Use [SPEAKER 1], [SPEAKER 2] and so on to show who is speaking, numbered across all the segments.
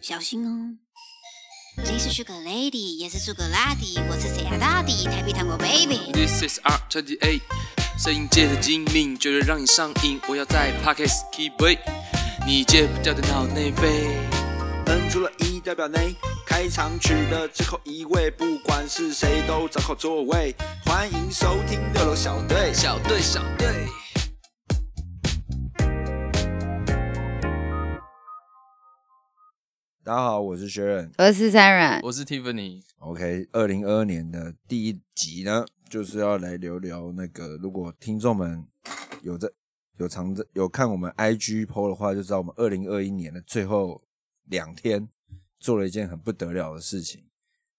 [SPEAKER 1] 小心哦。你是 Sugar Lady，也是 Sugar 拉蒂，我是谁啊大迪，台北糖果 Baby。
[SPEAKER 2] This is R 2 8 A，摄影界的精明，绝对让你上瘾。我要在 Pockets keep way，你戒不掉的脑内啡。
[SPEAKER 3] 摁出了一代表内。开场曲的最后一位，不管是谁都找好座位。欢迎收听六楼小队。
[SPEAKER 2] 小队，小队。
[SPEAKER 3] 大家好，我是学忍。
[SPEAKER 4] 我是三软，
[SPEAKER 2] 我是 Tiffany，
[SPEAKER 3] OK，二零二二年的第一集呢，就是要来聊聊那个，如果听众们有在有常在有看我们 IG PO 的话，就知道我们二零二一年的最后两天做了一件很不得了的事情。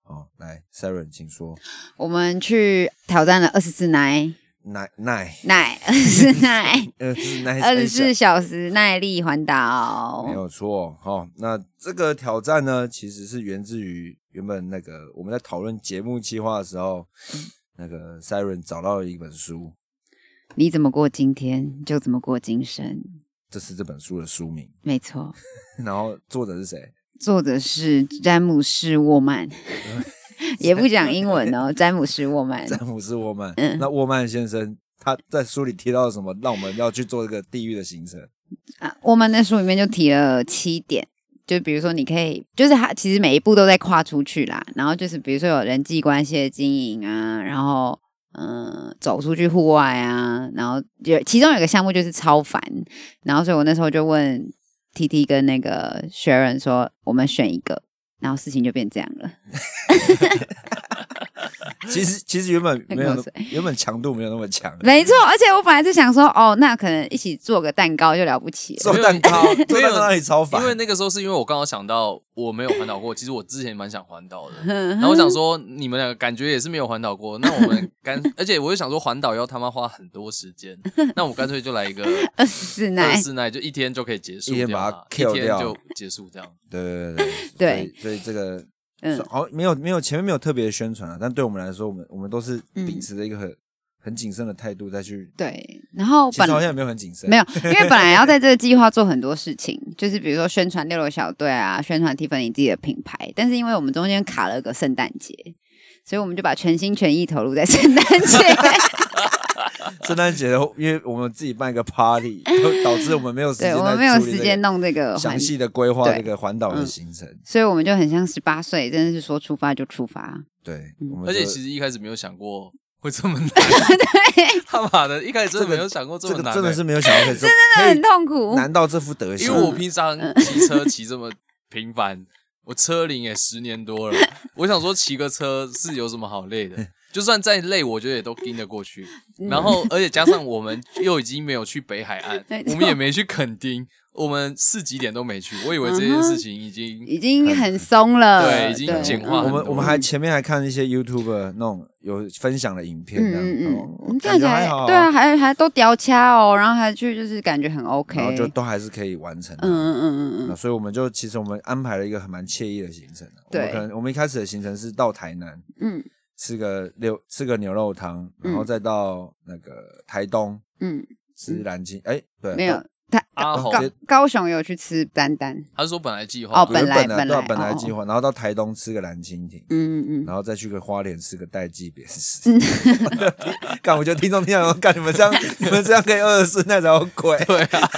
[SPEAKER 3] 哦，来，Siren，请说。
[SPEAKER 4] 我们去挑战了二十四奶
[SPEAKER 3] 耐 耐，
[SPEAKER 4] 耐二十耐
[SPEAKER 3] 呃，是耐
[SPEAKER 4] 二
[SPEAKER 3] 三
[SPEAKER 4] 十四
[SPEAKER 3] 小
[SPEAKER 4] 小时耐力环
[SPEAKER 3] 没
[SPEAKER 4] 岛，
[SPEAKER 3] 有错。哈、哦，那这个挑战呢，其实是源自于原本那个我们在讨论节目计划的时候，那个 Siren 找到了一本书，
[SPEAKER 4] 你怎么过今天就怎么过今生，
[SPEAKER 3] 这是这本书的书名。
[SPEAKER 4] 没错。
[SPEAKER 3] 然后作者是谁？
[SPEAKER 4] 作者是詹姆士沃曼， 也不讲英文哦，詹姆士沃曼。
[SPEAKER 3] 詹姆斯沃曼。那沃曼先生他在书里提到什么，让我们要去做这个地狱的行程？
[SPEAKER 4] 啊，我们的书里面就提了七点，就比如说你可以，就是它其实每一步都在跨出去啦。然后就是比如说有人际关系的经营啊，然后嗯、呃走出去户外啊，然后有其中有个项目就是超凡，然后所以我那时候就问 T T 跟那个 Sharon 说，我们选一个，然后事情就变这样了。
[SPEAKER 3] 其实其实原本没有那
[SPEAKER 4] 很口，
[SPEAKER 3] 原本强度没有那么强。
[SPEAKER 4] 没错，而且我本来是想说，哦，那可能一起做个蛋糕就了不起 了。
[SPEAKER 3] 做蛋糕
[SPEAKER 2] 没有，
[SPEAKER 3] 做蛋糕那里超烦。
[SPEAKER 2] 因为那个时候是因为我刚好想到我没有环岛过， 其实我之前蛮想环岛的。然后我想说，你们两个感觉也是没有环岛过，那我们干，而且我就想说环岛要他妈花很多时 间，那我干脆就来一个
[SPEAKER 4] 二十四
[SPEAKER 2] 二
[SPEAKER 4] 奶，
[SPEAKER 2] 四奈，就一天就可以结束
[SPEAKER 3] 一
[SPEAKER 2] 掉
[SPEAKER 3] 天把
[SPEAKER 2] 啦，
[SPEAKER 3] 它 kill
[SPEAKER 2] 一天
[SPEAKER 3] 掉
[SPEAKER 2] 就结束这 样。
[SPEAKER 3] 对对对对所
[SPEAKER 4] 对
[SPEAKER 3] 以所以这个。
[SPEAKER 4] 嗯
[SPEAKER 3] 好，没有没有，前面没有特别的宣传啊，但对我们来说，我们我们都是秉持着一个很、很谨慎的态度再去。，
[SPEAKER 4] 嗯对。然后
[SPEAKER 3] 其实
[SPEAKER 4] 本
[SPEAKER 3] 好像也没有很谨慎，
[SPEAKER 4] 没有，因为本来要在这 个计划做很多事情，就是比如说宣传六楼小队啊，宣传 Tiffany 自己的品牌，但是因为我们中间卡了个圣诞节，所以我们就把全心全意投入在圣诞 节。
[SPEAKER 3] 圣诞节，因为我们自己办一个 party，都导致我们没有时间
[SPEAKER 4] 对，
[SPEAKER 3] 来
[SPEAKER 4] 我们没有
[SPEAKER 3] 处理
[SPEAKER 4] 时
[SPEAKER 3] 这
[SPEAKER 4] 间
[SPEAKER 3] 个
[SPEAKER 4] 弄这个环
[SPEAKER 3] 详，细的规划
[SPEAKER 4] 对嗯
[SPEAKER 3] 这个环岛的行程。
[SPEAKER 4] 所以我们就很像十八岁，真的是说出发就出发。
[SPEAKER 3] 对，
[SPEAKER 4] 嗯
[SPEAKER 3] 我们
[SPEAKER 2] 而且
[SPEAKER 3] 就
[SPEAKER 2] 其实一开始没有想过会这 么难，对， 他妈的，一开始真的没有想过
[SPEAKER 3] 这
[SPEAKER 2] 么
[SPEAKER 3] 个
[SPEAKER 2] 难、欸
[SPEAKER 3] 真的是没有想 到可以真
[SPEAKER 4] 很痛苦，
[SPEAKER 3] 嗯难到这副德行
[SPEAKER 2] 因为。我平常
[SPEAKER 3] 嗯
[SPEAKER 2] 骑车骑这么频繁，我车龄也十年多了，我想说骑个车是有什么好累 的？就算再累，我觉得也都盯得过去。
[SPEAKER 3] 嗯
[SPEAKER 2] 然后，而且加上我们又已经没有去北海岸
[SPEAKER 4] 没，错
[SPEAKER 2] 我们也没去垦丁，我们四级点都没去。我以为这
[SPEAKER 3] 嗯
[SPEAKER 2] 件事情已经
[SPEAKER 4] 已经很松了，
[SPEAKER 2] 对已经简化
[SPEAKER 3] 我
[SPEAKER 2] 很
[SPEAKER 4] 嗯
[SPEAKER 2] 多
[SPEAKER 3] 们我们还前面还看一些 YouTube 那种有分享的影片这
[SPEAKER 4] 嗯
[SPEAKER 3] 样，
[SPEAKER 4] 嗯
[SPEAKER 3] 哦
[SPEAKER 4] 嗯，
[SPEAKER 3] 感
[SPEAKER 4] 看起
[SPEAKER 3] 觉还
[SPEAKER 4] 来
[SPEAKER 3] 好啊，
[SPEAKER 4] 对啊，还还都雕掐哦，然后还去就是感觉很 OK，
[SPEAKER 3] 然后就都还是可以完成
[SPEAKER 4] 嗯
[SPEAKER 3] 的。
[SPEAKER 4] 嗯嗯嗯
[SPEAKER 3] 那
[SPEAKER 4] 嗯，
[SPEAKER 3] 所以我们就其实我们安排了一个很蛮惬意的行程。我们
[SPEAKER 4] 对
[SPEAKER 3] 可能我们一开始的行程是到台南
[SPEAKER 4] 嗯
[SPEAKER 3] 吃个六吃个牛肉汤，然后
[SPEAKER 4] 嗯
[SPEAKER 3] 再到那个台东
[SPEAKER 4] 嗯
[SPEAKER 3] 吃蓝鲸。哎，对，
[SPEAKER 4] 没有。他
[SPEAKER 2] 阿
[SPEAKER 4] 高
[SPEAKER 2] 红，
[SPEAKER 4] 高雄有去吃丹丹，
[SPEAKER 2] 他说本来计划
[SPEAKER 4] 哦
[SPEAKER 3] 我
[SPEAKER 4] 本
[SPEAKER 3] 们
[SPEAKER 4] 来
[SPEAKER 3] 本
[SPEAKER 4] 本
[SPEAKER 3] 对啊
[SPEAKER 4] 来
[SPEAKER 3] 本来
[SPEAKER 4] 哦
[SPEAKER 3] 计划，然后到台东吃个蓝蜻蜓，
[SPEAKER 4] 嗯嗯嗯，嗯
[SPEAKER 3] 然后再去个花莲吃个代记扁食。 干，我觉得听众听到干，你们这样，你们这样可以二十四那条鬼，
[SPEAKER 2] 对啊，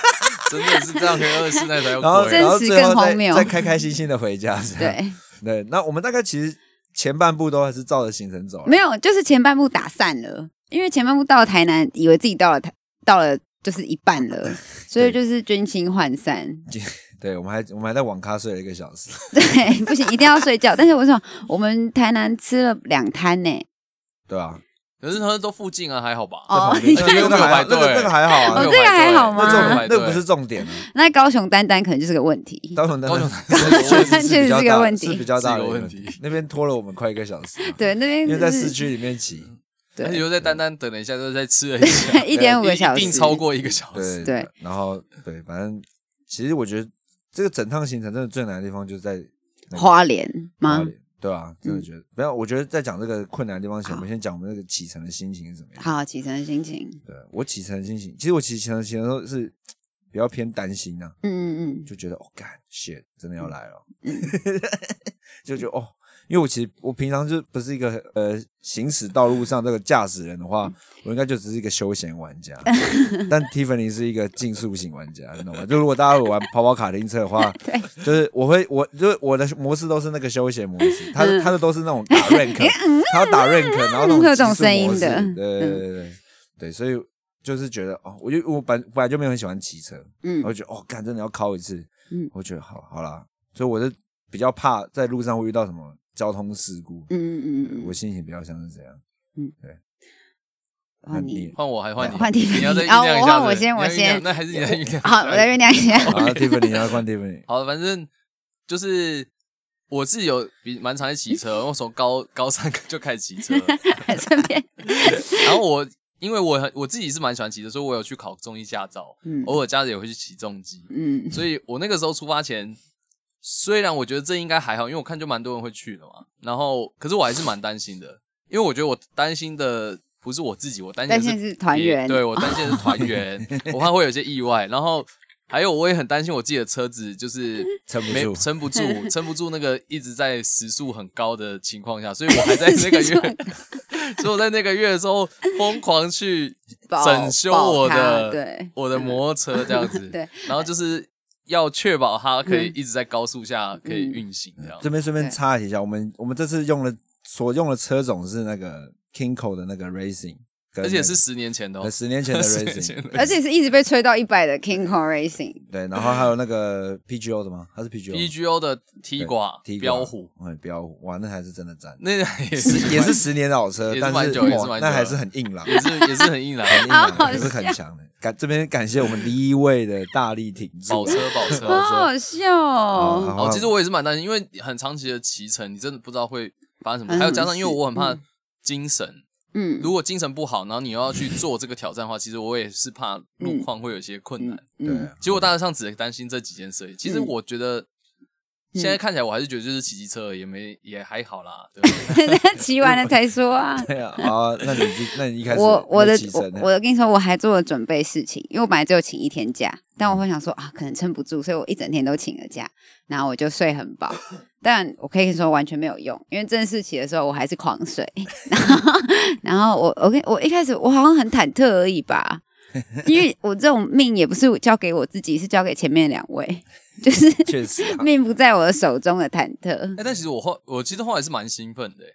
[SPEAKER 2] 真的是这样，可以二十那才有
[SPEAKER 3] 然后
[SPEAKER 2] 鬼
[SPEAKER 4] 真实
[SPEAKER 3] 然后最后
[SPEAKER 4] 更
[SPEAKER 3] 再
[SPEAKER 4] 荒谬
[SPEAKER 3] 再开开心心的回家。这样
[SPEAKER 4] 对，
[SPEAKER 3] 对，那我们大概其实前半部都还是照着行程走了，
[SPEAKER 4] 没有，就是前半部打散了，因为前半部到了台南，以为自己到了台，到了就是一半 了，所以就是军心涣散。
[SPEAKER 3] 对，我们还我们还在网咖睡了一个小时，
[SPEAKER 4] 对，不行，一定要睡觉。但是我想，我们台南吃了两摊呢，
[SPEAKER 3] 对吧？
[SPEAKER 2] 可是他都附近啊，还好吧？
[SPEAKER 4] 哦
[SPEAKER 3] 在旁边
[SPEAKER 2] 你
[SPEAKER 3] 那 个那个
[SPEAKER 2] 看
[SPEAKER 3] 还
[SPEAKER 2] 没有排
[SPEAKER 3] 那个
[SPEAKER 2] 队
[SPEAKER 3] 那个还好
[SPEAKER 4] 哦
[SPEAKER 3] 啊
[SPEAKER 4] 这，个还好吗
[SPEAKER 3] 那重
[SPEAKER 2] 哎那
[SPEAKER 3] 那个不是重点啊，
[SPEAKER 4] 那高雄丹丹可能就是个问题。
[SPEAKER 3] 高雄的
[SPEAKER 2] 高雄
[SPEAKER 3] 确
[SPEAKER 4] 确实是个问题
[SPEAKER 3] 是比较大的
[SPEAKER 2] 是一个
[SPEAKER 3] 问
[SPEAKER 2] 问
[SPEAKER 3] 题
[SPEAKER 2] 题。
[SPEAKER 3] 那边拖了我们快一个小时嘛，
[SPEAKER 4] 对，那边
[SPEAKER 3] 因为
[SPEAKER 4] 就
[SPEAKER 3] 在
[SPEAKER 4] 是
[SPEAKER 3] 市区里面骑，
[SPEAKER 2] 而且
[SPEAKER 4] 对
[SPEAKER 2] 又在丹丹等了一下，又再吃了一下，
[SPEAKER 4] 一点五个小时，
[SPEAKER 2] 一定超过一个小时。
[SPEAKER 3] 对
[SPEAKER 4] 对。
[SPEAKER 3] 然后对，反正其实我觉得这个整趟行程真的最难的地方就是在那个
[SPEAKER 4] 花莲
[SPEAKER 3] 花
[SPEAKER 4] 吗？
[SPEAKER 3] 莲，对啊，真
[SPEAKER 4] 嗯
[SPEAKER 3] 的觉得没有。我觉得在讲这个困难的地方前，我们先讲我们那个启程的心情是怎么样。
[SPEAKER 4] 好，启程的心情，
[SPEAKER 3] 对我启程的心情，其实我启程的心情都是不要偏担心啊，
[SPEAKER 4] 嗯嗯嗯
[SPEAKER 3] 就觉得哦，干 shit，真的要来了， 就觉得哦，因为我其实我平常就不是一个呃行驶道路上这个驾驶人的
[SPEAKER 4] 嗯
[SPEAKER 3] 话，我应该就只是一个休闲玩 家，但 Tiffany 是一个竞速型玩家，你懂吗？就如果大家有玩跑跑卡丁车的话，
[SPEAKER 4] 对
[SPEAKER 3] 就是我会我就是我的模式都是那个休闲模
[SPEAKER 4] 嗯
[SPEAKER 3] 式，他的他的都是那种打 rank，他要打 rank，然后那
[SPEAKER 4] 会有
[SPEAKER 3] 种极速模
[SPEAKER 4] 这嗯种声音
[SPEAKER 3] 式
[SPEAKER 4] 的嗯
[SPEAKER 3] 对对对对对，所以就是觉得哦，我就我本本来就没有很喜欢骑车，
[SPEAKER 4] 嗯
[SPEAKER 3] 我就觉得哦，干真的要考一次，
[SPEAKER 4] 嗯
[SPEAKER 3] 我觉得好好啦，所以我就比较怕在路上会遇到什么交通事故，
[SPEAKER 4] 嗯嗯嗯
[SPEAKER 3] 我心情比较像是这样，
[SPEAKER 4] 嗯
[SPEAKER 3] 对，
[SPEAKER 4] 嗯，
[SPEAKER 3] 那
[SPEAKER 4] 换你。
[SPEAKER 2] 换我还换你，
[SPEAKER 4] 换蒂芬
[SPEAKER 2] 你要再
[SPEAKER 4] 妮
[SPEAKER 2] 酝
[SPEAKER 4] 啊
[SPEAKER 2] 酿一
[SPEAKER 4] 我
[SPEAKER 2] 下
[SPEAKER 4] 换
[SPEAKER 2] 对
[SPEAKER 4] 我
[SPEAKER 2] 不对
[SPEAKER 4] 先我
[SPEAKER 2] 你要酝酿
[SPEAKER 4] 先
[SPEAKER 2] 那还是你来酝 酿。
[SPEAKER 4] 好，我再酝酿一下。
[SPEAKER 3] 然后啊 Tiffany 要换 Tiffany，
[SPEAKER 2] 好，反正就是我自己有比蛮常在骑车，我从高高三就开始 骑车了，
[SPEAKER 4] 这 边，
[SPEAKER 2] 然后我因为我很我自己是蛮喜欢骑车，所以我有去考中医驾照，
[SPEAKER 4] 嗯
[SPEAKER 2] 偶尔假日也会去骑重机，
[SPEAKER 4] 嗯
[SPEAKER 2] 所以我那个时候出发前，虽然我觉得这应该还好，因为我看就蛮多人会去的嘛，然后可是我还是蛮担心的，因为我觉得我担心的不是我自己，我担心
[SPEAKER 4] 担
[SPEAKER 2] 的
[SPEAKER 4] 心
[SPEAKER 2] 是
[SPEAKER 4] 是团
[SPEAKER 2] 别
[SPEAKER 4] 员
[SPEAKER 2] 对我担心的是 团员，我怕会有些意外，然后还有我也很担心我自己的车子就是
[SPEAKER 3] 撑不
[SPEAKER 2] 没
[SPEAKER 3] 住
[SPEAKER 2] 撑 不住，撑不住那个一直在时速很高的情况下，所以我还在那个
[SPEAKER 4] 时速很
[SPEAKER 2] 月， 所以我在那个月的时候疯狂去
[SPEAKER 4] 保
[SPEAKER 2] 整修
[SPEAKER 4] 保
[SPEAKER 2] 我的
[SPEAKER 4] 它对
[SPEAKER 2] 我的摩托车这样子，
[SPEAKER 4] 对，嗯
[SPEAKER 2] 然后就是要确保它可以一直在高速下可以运行 这样。
[SPEAKER 3] 这边顺便
[SPEAKER 4] 对
[SPEAKER 3] 插一下，我们我们这次用的所用的车种是那个 Kinko 的那个 Racing，跟
[SPEAKER 2] 而且是十年前的、哦
[SPEAKER 3] 那个，十年前的
[SPEAKER 2] 十年前
[SPEAKER 3] Racing，
[SPEAKER 2] 的
[SPEAKER 4] 而且是一直被吹到一百的 King Kong Racing，
[SPEAKER 3] 对，然后还有那个 PGO 的吗？它是 PGO
[SPEAKER 2] PGO 的踢挂
[SPEAKER 3] 对 Tigua
[SPEAKER 2] 标虎，
[SPEAKER 3] 哎，标虎，哇，那还是真的赞，
[SPEAKER 2] 那也
[SPEAKER 3] 十
[SPEAKER 2] 是
[SPEAKER 3] 也是十年老车
[SPEAKER 2] 也，是
[SPEAKER 3] 但
[SPEAKER 2] 蛮久也是
[SPEAKER 3] 哇
[SPEAKER 2] 蛮久
[SPEAKER 3] 那
[SPEAKER 2] 的
[SPEAKER 3] 还是很硬朗，
[SPEAKER 2] 也是也是很硬朗，
[SPEAKER 3] 很硬朗
[SPEAKER 4] 啊好好
[SPEAKER 3] 也是很强的。感这边感谢我们第一位的大力挺住，
[SPEAKER 2] 保车保车。
[SPEAKER 4] 好好笑哦。
[SPEAKER 3] 好
[SPEAKER 2] 哦，其实我也是蛮担心，因为很长期的骑乘，你真的不知道会发生什么
[SPEAKER 4] 嗯
[SPEAKER 2] 事。还有加上，因为我很怕
[SPEAKER 4] 嗯
[SPEAKER 2] 精神，
[SPEAKER 4] 嗯，
[SPEAKER 2] 如果精神不好，然后你又要去做这个挑战的话，其实我也是怕路况会有一些困难。
[SPEAKER 3] 对啊
[SPEAKER 4] 嗯，
[SPEAKER 2] 其实我大致上只担心这几件事而已。其实我觉得
[SPEAKER 4] 嗯
[SPEAKER 2] 现在看起来，我还是觉得就是骑机车也没也还好啦，对不 对？
[SPEAKER 4] 骑完了才说啊。
[SPEAKER 3] 对啊，好啊，那你就那你一开始
[SPEAKER 4] 我我的
[SPEAKER 3] 你起
[SPEAKER 4] 我
[SPEAKER 3] 身呢
[SPEAKER 4] 我跟你说，我还做了准备事情，因为我本来只有请一天假，但我
[SPEAKER 2] 嗯
[SPEAKER 4] 会想说啊，可能撑不住，所以我一整天都请了假，然后我就睡 很饱。但我可以说完全没有用，因为正式起的时候我还是狂睡， 然后然后我我跟我一开始我好像很忐忑而已 吧，因为我这种命也不是交给我自己，是交给前面两位， 就是
[SPEAKER 3] 确实 啊
[SPEAKER 4] 命不在我的手中的忐忑
[SPEAKER 2] 哎，但其实我后我其实后来是蛮兴奋的欸，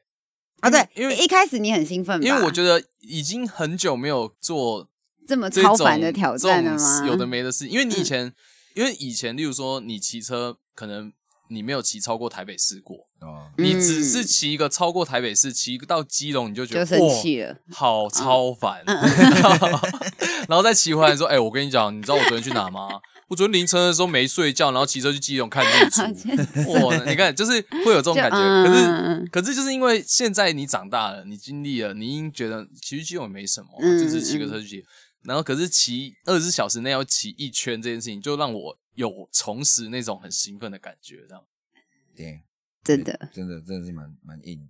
[SPEAKER 4] 啊。对，
[SPEAKER 2] 因为
[SPEAKER 4] 一开始你很兴奋吧，
[SPEAKER 2] 因为我觉得已经很久没有做
[SPEAKER 4] 这么
[SPEAKER 2] 这
[SPEAKER 4] 呃超
[SPEAKER 2] 种
[SPEAKER 4] 凡的挑战了
[SPEAKER 2] 这
[SPEAKER 4] 吗？嗯
[SPEAKER 2] 种有的没的事，因为你以前因为以前，例如说你骑车可能。你没有骑超过台北市过，
[SPEAKER 3] 哦，
[SPEAKER 2] 你只是骑一个超过台北市，骑到基隆你就觉
[SPEAKER 4] 嗯就
[SPEAKER 2] 得
[SPEAKER 4] 生
[SPEAKER 2] 哇，
[SPEAKER 4] 气了。
[SPEAKER 2] 好超烦。
[SPEAKER 4] 嗯
[SPEAKER 2] 然后再骑回来说：“哎、我跟你讲，你知道我昨天去哪吗？我昨天凌晨的时候没睡觉，然后骑车去基隆看日出。哇，你看，就是会有这种
[SPEAKER 4] 就
[SPEAKER 2] 感觉。
[SPEAKER 4] 嗯
[SPEAKER 2] 可是，
[SPEAKER 4] 嗯
[SPEAKER 2] 可是就是因为现在你长大了，你经历了，你已经觉得骑去基隆也没什么，啊
[SPEAKER 4] 嗯
[SPEAKER 2] 就是骑个车去骑。然后，可是骑二十四小时内要骑一圈这件事情，就让我有重拾那种很兴奋的感觉。这样，
[SPEAKER 3] 对，
[SPEAKER 4] 真的
[SPEAKER 3] 真的真的是蛮蛮硬。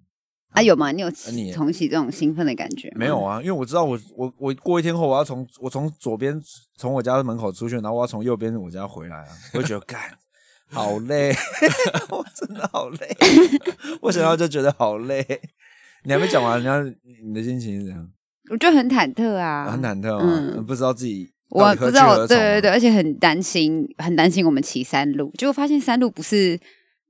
[SPEAKER 4] 啊，有吗？你有
[SPEAKER 3] 呃你也
[SPEAKER 4] 重启这种兴奋的感觉吗？
[SPEAKER 3] 没有啊，因为我知道我我我过一天后我要从我从左边从我家门口出去，然后我要从右边我家回来啊，我就觉得干好 累，我真的好累， 我想到就觉得好累。你还没讲完，你要你的心情是怎样？
[SPEAKER 4] 我就很忐忑啊，
[SPEAKER 3] 很忐忑啊，
[SPEAKER 4] 嗯
[SPEAKER 3] 不知道自己
[SPEAKER 4] 我不知道，
[SPEAKER 3] 到
[SPEAKER 4] 我
[SPEAKER 3] 底何去
[SPEAKER 4] 对
[SPEAKER 3] 何
[SPEAKER 4] 对
[SPEAKER 3] 从
[SPEAKER 4] 对，
[SPEAKER 3] 啊
[SPEAKER 4] 而且很担心，很担心我们骑山路，结果发现山路不是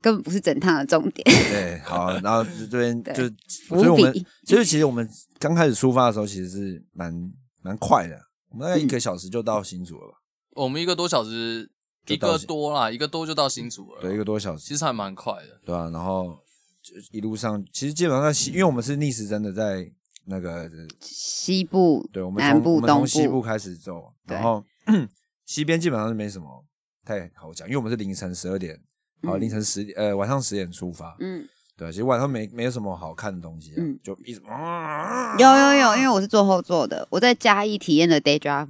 [SPEAKER 4] 根本不是整趟的重 点，
[SPEAKER 3] 对，好，然后这边
[SPEAKER 4] 对
[SPEAKER 3] 就
[SPEAKER 4] 伏
[SPEAKER 3] 所以我们
[SPEAKER 4] 笔
[SPEAKER 3] 所以其实我们刚开始出发的时候，其实是蛮蛮快的，我们大概
[SPEAKER 4] 嗯
[SPEAKER 3] 一个小时就到新竹了吧？
[SPEAKER 2] 我们一个多小时，
[SPEAKER 3] 就
[SPEAKER 2] 一
[SPEAKER 3] 到
[SPEAKER 2] 个多啦，一个多就到新竹了。
[SPEAKER 3] 对，一个多小时
[SPEAKER 2] 其。实还蛮快的。
[SPEAKER 3] 对啊，然后就一路上其实基本上西，因为我们是逆时针的在那个，
[SPEAKER 4] 西部、
[SPEAKER 3] 对，我们
[SPEAKER 4] 南
[SPEAKER 3] 从
[SPEAKER 4] 部、
[SPEAKER 3] 我们从
[SPEAKER 4] 东
[SPEAKER 3] 西部开始走，然后 西边基本上是没什么太好讲，因为我们是凌晨十二点，好、
[SPEAKER 4] 嗯
[SPEAKER 3] 凌晨十呃晚上十点出发，
[SPEAKER 4] 嗯，
[SPEAKER 3] 对，其实晚上没没有什么好看的东西、啊，
[SPEAKER 4] 嗯
[SPEAKER 3] 就一直啊
[SPEAKER 4] 有有有，因为我是坐后座的，我在嘉义体验了 day drive，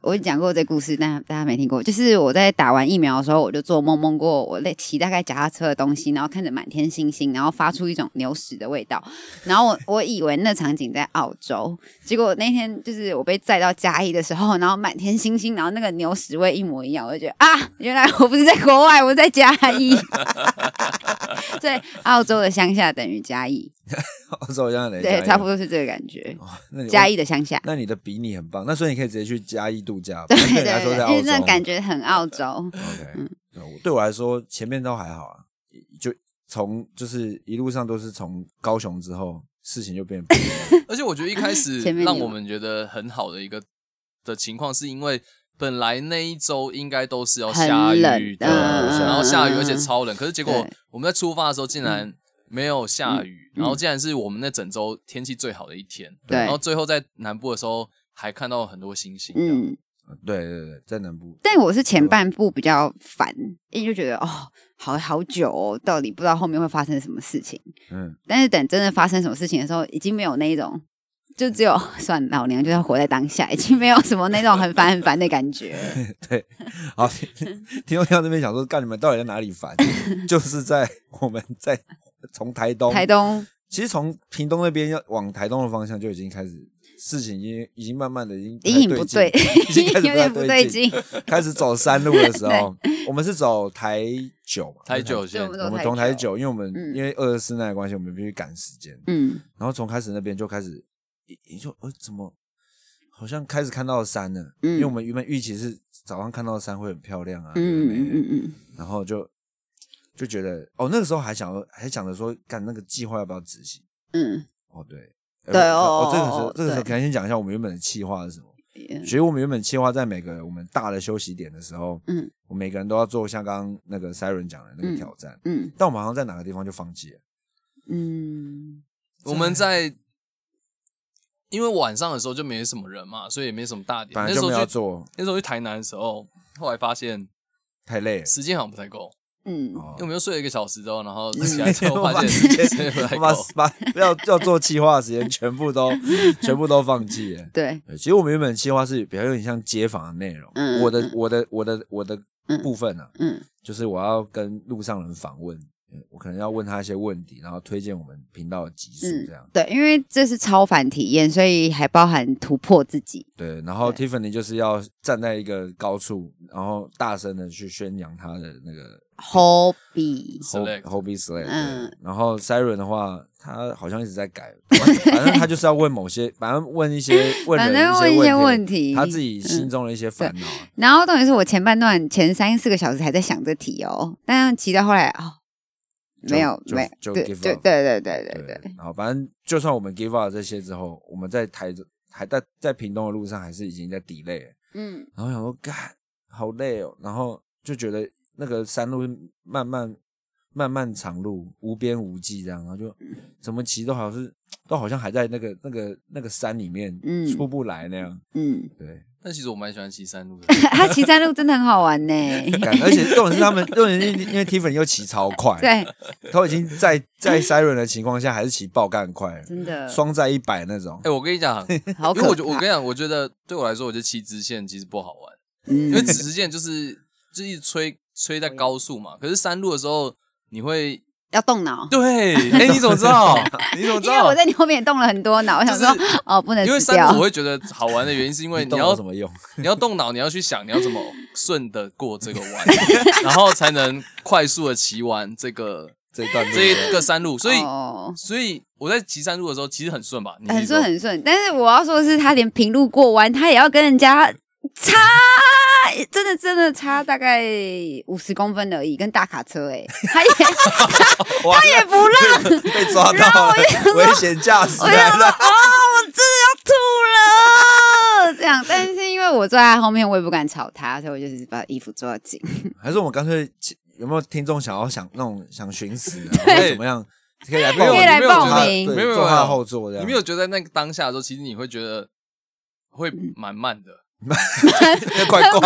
[SPEAKER 4] 我已经讲过这故事，但大家没听过。就是我在打完疫苗的时候，我就做梦，梦过我在骑大概脚踏车的东西，然后看着满天星星，然后发出一种牛屎的味道。然后我我以为那场景在澳洲，结果那天就是我被载到嘉义的时候，然后满天星星，然后那个牛屎味一模一样，我就觉得啊，原来我不是在国外，我在嘉义。 所以澳洲的乡下等于嘉义，
[SPEAKER 3] 澳洲像来
[SPEAKER 4] 对，差不
[SPEAKER 3] 多。
[SPEAKER 4] 多是这个感觉。
[SPEAKER 3] 哦那你
[SPEAKER 4] 嘉义的乡下，
[SPEAKER 3] 那你的比你很棒，那所以你可以直接去嘉义度假。
[SPEAKER 4] 对
[SPEAKER 3] 反正对
[SPEAKER 4] 对
[SPEAKER 3] 你来说在
[SPEAKER 4] 对，因
[SPEAKER 3] 澳
[SPEAKER 4] 为
[SPEAKER 3] 洲，
[SPEAKER 4] 那感觉嗯很澳洲。
[SPEAKER 3] OK，对我对我来说前面都还好啊，就从就是一路上都是从高雄之后事情就变得不一样。
[SPEAKER 2] 而且我觉得一开始
[SPEAKER 4] 啊前面
[SPEAKER 2] 让
[SPEAKER 4] 有
[SPEAKER 2] 我们觉得很好的一个的情况，是因为本来那一周应该都是要下
[SPEAKER 4] 很冷
[SPEAKER 2] 雨
[SPEAKER 4] 的
[SPEAKER 2] 的，
[SPEAKER 3] 嗯
[SPEAKER 2] 然后下雨
[SPEAKER 4] 嗯
[SPEAKER 2] 而且超冷，可是结果
[SPEAKER 4] 对
[SPEAKER 2] 我们在出发的时候竟然没有下雨，
[SPEAKER 4] 嗯
[SPEAKER 2] 然后竟然是我们那整周天气最好的一天，
[SPEAKER 4] 对
[SPEAKER 2] 然后最后在南部的时候还看到很多星星，嗯，
[SPEAKER 4] 嗯，
[SPEAKER 3] 对对对，在南部，
[SPEAKER 4] 但我是前半部比较烦，因为就觉得哦，好好久哦，到底不知道后面会发生什么事情。
[SPEAKER 3] 嗯，
[SPEAKER 4] 但是等真的发生什么事情的时候，已经没有那一种，就只有算老娘就是要活在当下，已经没有什么那种很烦很烦的感觉。
[SPEAKER 3] 对，好，听听众听到这边想说，干你们到底在哪里烦？就是在我们在从台东，
[SPEAKER 4] 台东
[SPEAKER 3] 其实从屏东那边要往台东的方向就已经开始，事情已经已经慢慢的已经
[SPEAKER 4] 隐隐不对，
[SPEAKER 3] 已经开始
[SPEAKER 4] 有点
[SPEAKER 3] 不
[SPEAKER 4] 不
[SPEAKER 3] 太
[SPEAKER 4] 对
[SPEAKER 3] 对劲，
[SPEAKER 4] 劲。
[SPEAKER 3] 开始走山路 的时候，我们是走台九嘛，
[SPEAKER 2] 台九线
[SPEAKER 4] 对
[SPEAKER 3] 我们从台九，因为我们、
[SPEAKER 4] 嗯
[SPEAKER 3] 因为二十四那的关系，我们必须赶时间。
[SPEAKER 4] 嗯，
[SPEAKER 3] 然后从开始那边就开始，一一就呃怎么好像开始看到山了，
[SPEAKER 4] 嗯
[SPEAKER 3] 因为我们原本预期是早上看到山会很漂亮啊，对
[SPEAKER 4] 嗯
[SPEAKER 3] 不对
[SPEAKER 4] 嗯嗯
[SPEAKER 3] 然后就就觉得哦那个时候还想要还想着说干那个计划要不要执行？
[SPEAKER 4] 嗯
[SPEAKER 3] 哦对，
[SPEAKER 4] 对
[SPEAKER 3] 呃
[SPEAKER 4] 哦
[SPEAKER 3] 这个
[SPEAKER 4] 哦
[SPEAKER 3] 是这个是
[SPEAKER 4] 对
[SPEAKER 3] 可能先讲一下我们原本的计划是什么。
[SPEAKER 4] 嗯
[SPEAKER 3] 所以我们原本计划在每个我们大的休息点的时候，
[SPEAKER 4] 嗯，
[SPEAKER 3] 我们每个人都要做像刚刚那个 Siren 讲的那个
[SPEAKER 4] 嗯
[SPEAKER 3] 挑战，
[SPEAKER 4] 嗯
[SPEAKER 3] 但我们好像在哪个地方就放弃了。
[SPEAKER 4] 嗯
[SPEAKER 2] 我们在。因为晚上的时候就没什么人嘛，所以也没什么大点。
[SPEAKER 3] 本
[SPEAKER 2] 那
[SPEAKER 3] 来
[SPEAKER 2] 时
[SPEAKER 3] 就
[SPEAKER 2] 候
[SPEAKER 3] 没有
[SPEAKER 2] 去
[SPEAKER 3] 要做，
[SPEAKER 2] 那时候去台南的时候，后来发现
[SPEAKER 3] 太累了。
[SPEAKER 2] 时间好像不太够，
[SPEAKER 4] 嗯，
[SPEAKER 2] 因
[SPEAKER 3] 哦
[SPEAKER 2] 为我们又睡了一个小时之后，然后起来 之后
[SPEAKER 3] 我
[SPEAKER 2] 嗯发
[SPEAKER 3] 把
[SPEAKER 2] 现
[SPEAKER 3] 时
[SPEAKER 2] 时
[SPEAKER 3] 间
[SPEAKER 2] 间不 太
[SPEAKER 3] 我把
[SPEAKER 2] 够。
[SPEAKER 3] 把要要做计划的时间全 部都全部都放弃了。
[SPEAKER 4] 对，
[SPEAKER 3] 对，其实我们原本计划是比较有点像街访的内容，
[SPEAKER 4] 嗯
[SPEAKER 3] 我的我的我的我的
[SPEAKER 4] 嗯
[SPEAKER 3] 部分呢、啊，
[SPEAKER 4] 嗯
[SPEAKER 3] 就是我要跟路上人访问，嗯我可能要问他一些问题，然后推荐我们频道的集数
[SPEAKER 4] 嗯
[SPEAKER 3] 这样。，
[SPEAKER 4] 对，因为这是超凡体验，所以还包含突破自己。
[SPEAKER 3] 对，然后
[SPEAKER 4] 对
[SPEAKER 3] Tiffany 就是要站在一个高处，然后大声的去宣扬他的那个
[SPEAKER 4] hobby，
[SPEAKER 2] Select
[SPEAKER 3] hobby slate。
[SPEAKER 4] 嗯
[SPEAKER 3] 嗯，然后 Siren 的话，他好像一直在 改，反正反正他就是要问某些，反正问一些问
[SPEAKER 4] 反
[SPEAKER 3] 人
[SPEAKER 4] 正问
[SPEAKER 3] 一
[SPEAKER 4] 一些
[SPEAKER 3] 问
[SPEAKER 4] 问题，嗯
[SPEAKER 3] 他自己心中的一些烦恼。
[SPEAKER 4] 然后重点是我前半段前三四个小时还在想这题哦，但骑到后来哦，
[SPEAKER 3] 就
[SPEAKER 4] 没有
[SPEAKER 3] 就
[SPEAKER 4] 没有，
[SPEAKER 3] 就
[SPEAKER 4] 对
[SPEAKER 3] give
[SPEAKER 4] 对
[SPEAKER 3] up
[SPEAKER 4] 对对对对对，
[SPEAKER 3] 然后反正就算我们 give up 这些之后，我们在台还在在屏东的路上还是已经在 delay 了。
[SPEAKER 4] 嗯
[SPEAKER 3] 然后想说，干，好累哦。然后就觉得那个山路漫漫漫漫长路，无边无际这样，然后就
[SPEAKER 4] 嗯
[SPEAKER 3] 怎么骑都好像是都好像还在那个那个那个山里面，
[SPEAKER 4] 嗯
[SPEAKER 3] 出不来那样。
[SPEAKER 4] 嗯，
[SPEAKER 3] 对，
[SPEAKER 2] 但其实我蛮喜欢骑山路的，
[SPEAKER 4] 他骑山路真的很好玩呢，
[SPEAKER 3] 干而且重点是他们，重点是因为 Tiffany 又骑超 快，，
[SPEAKER 4] 对，
[SPEAKER 3] 他已经在在 Siren 的情况下还是骑爆干快，
[SPEAKER 4] 真的
[SPEAKER 3] 双载一百那种
[SPEAKER 2] 哎、。我跟你讲，因
[SPEAKER 4] 好
[SPEAKER 2] 为
[SPEAKER 4] 可
[SPEAKER 2] 我觉我跟
[SPEAKER 4] 怕
[SPEAKER 2] 你，讲，我觉得对我来说，我觉得骑直线其实不好玩，因
[SPEAKER 4] 嗯
[SPEAKER 2] 为直线就是就一直吹吹在高速嘛，可是山路的时候你会
[SPEAKER 4] 要动脑，
[SPEAKER 2] 对，哎、你怎么知道？ 你怎么知
[SPEAKER 4] 因为
[SPEAKER 2] 道
[SPEAKER 4] 我？在你后面也动了很多脑，我想
[SPEAKER 2] 就是
[SPEAKER 4] 说哦不能
[SPEAKER 2] 因为
[SPEAKER 4] 死
[SPEAKER 2] 山路我
[SPEAKER 4] 掉，
[SPEAKER 2] 会觉得好玩的原因，是因为 你
[SPEAKER 3] 动
[SPEAKER 2] 要
[SPEAKER 3] 有什么用？
[SPEAKER 2] 你要动脑，你要去想你要怎么顺的过这个弯，然后才能快速的骑完这个
[SPEAKER 3] 这一段路
[SPEAKER 2] 这一个山路，所以
[SPEAKER 4] 哦
[SPEAKER 2] 所以我在骑山路的时候，其实很顺吧？你自己
[SPEAKER 4] 很顺
[SPEAKER 2] 说
[SPEAKER 4] 很顺，但是我要说的是，他连平路过弯，他也要跟人家差，真的真的差大概五十公分而已，跟大卡车哎、他 也
[SPEAKER 3] 哇
[SPEAKER 4] 他也不让，
[SPEAKER 3] 被抓到了，危险驾驶啊
[SPEAKER 4] 我想
[SPEAKER 3] 来
[SPEAKER 4] 说
[SPEAKER 3] 了。
[SPEAKER 4] 哦，我真的要吐了，这样，但是因为我坐在他后面，我也不敢吵他，所以我就是把衣服抓紧，
[SPEAKER 3] 还是我们干脆有没有听众想要想那种想寻死啊，或
[SPEAKER 2] 对
[SPEAKER 3] 者怎么样，可以来报
[SPEAKER 2] 可以来
[SPEAKER 3] 你没有
[SPEAKER 2] 报
[SPEAKER 3] 坐他
[SPEAKER 4] 名
[SPEAKER 3] 对
[SPEAKER 2] 没有没有
[SPEAKER 3] 坐他
[SPEAKER 2] 没
[SPEAKER 3] 的
[SPEAKER 2] 有
[SPEAKER 3] 后座
[SPEAKER 2] 你
[SPEAKER 3] 这样。
[SPEAKER 2] 没有觉得在那个当下的时候，其实你会觉得会
[SPEAKER 4] 嗯
[SPEAKER 2] 蛮慢的，
[SPEAKER 3] 快挂，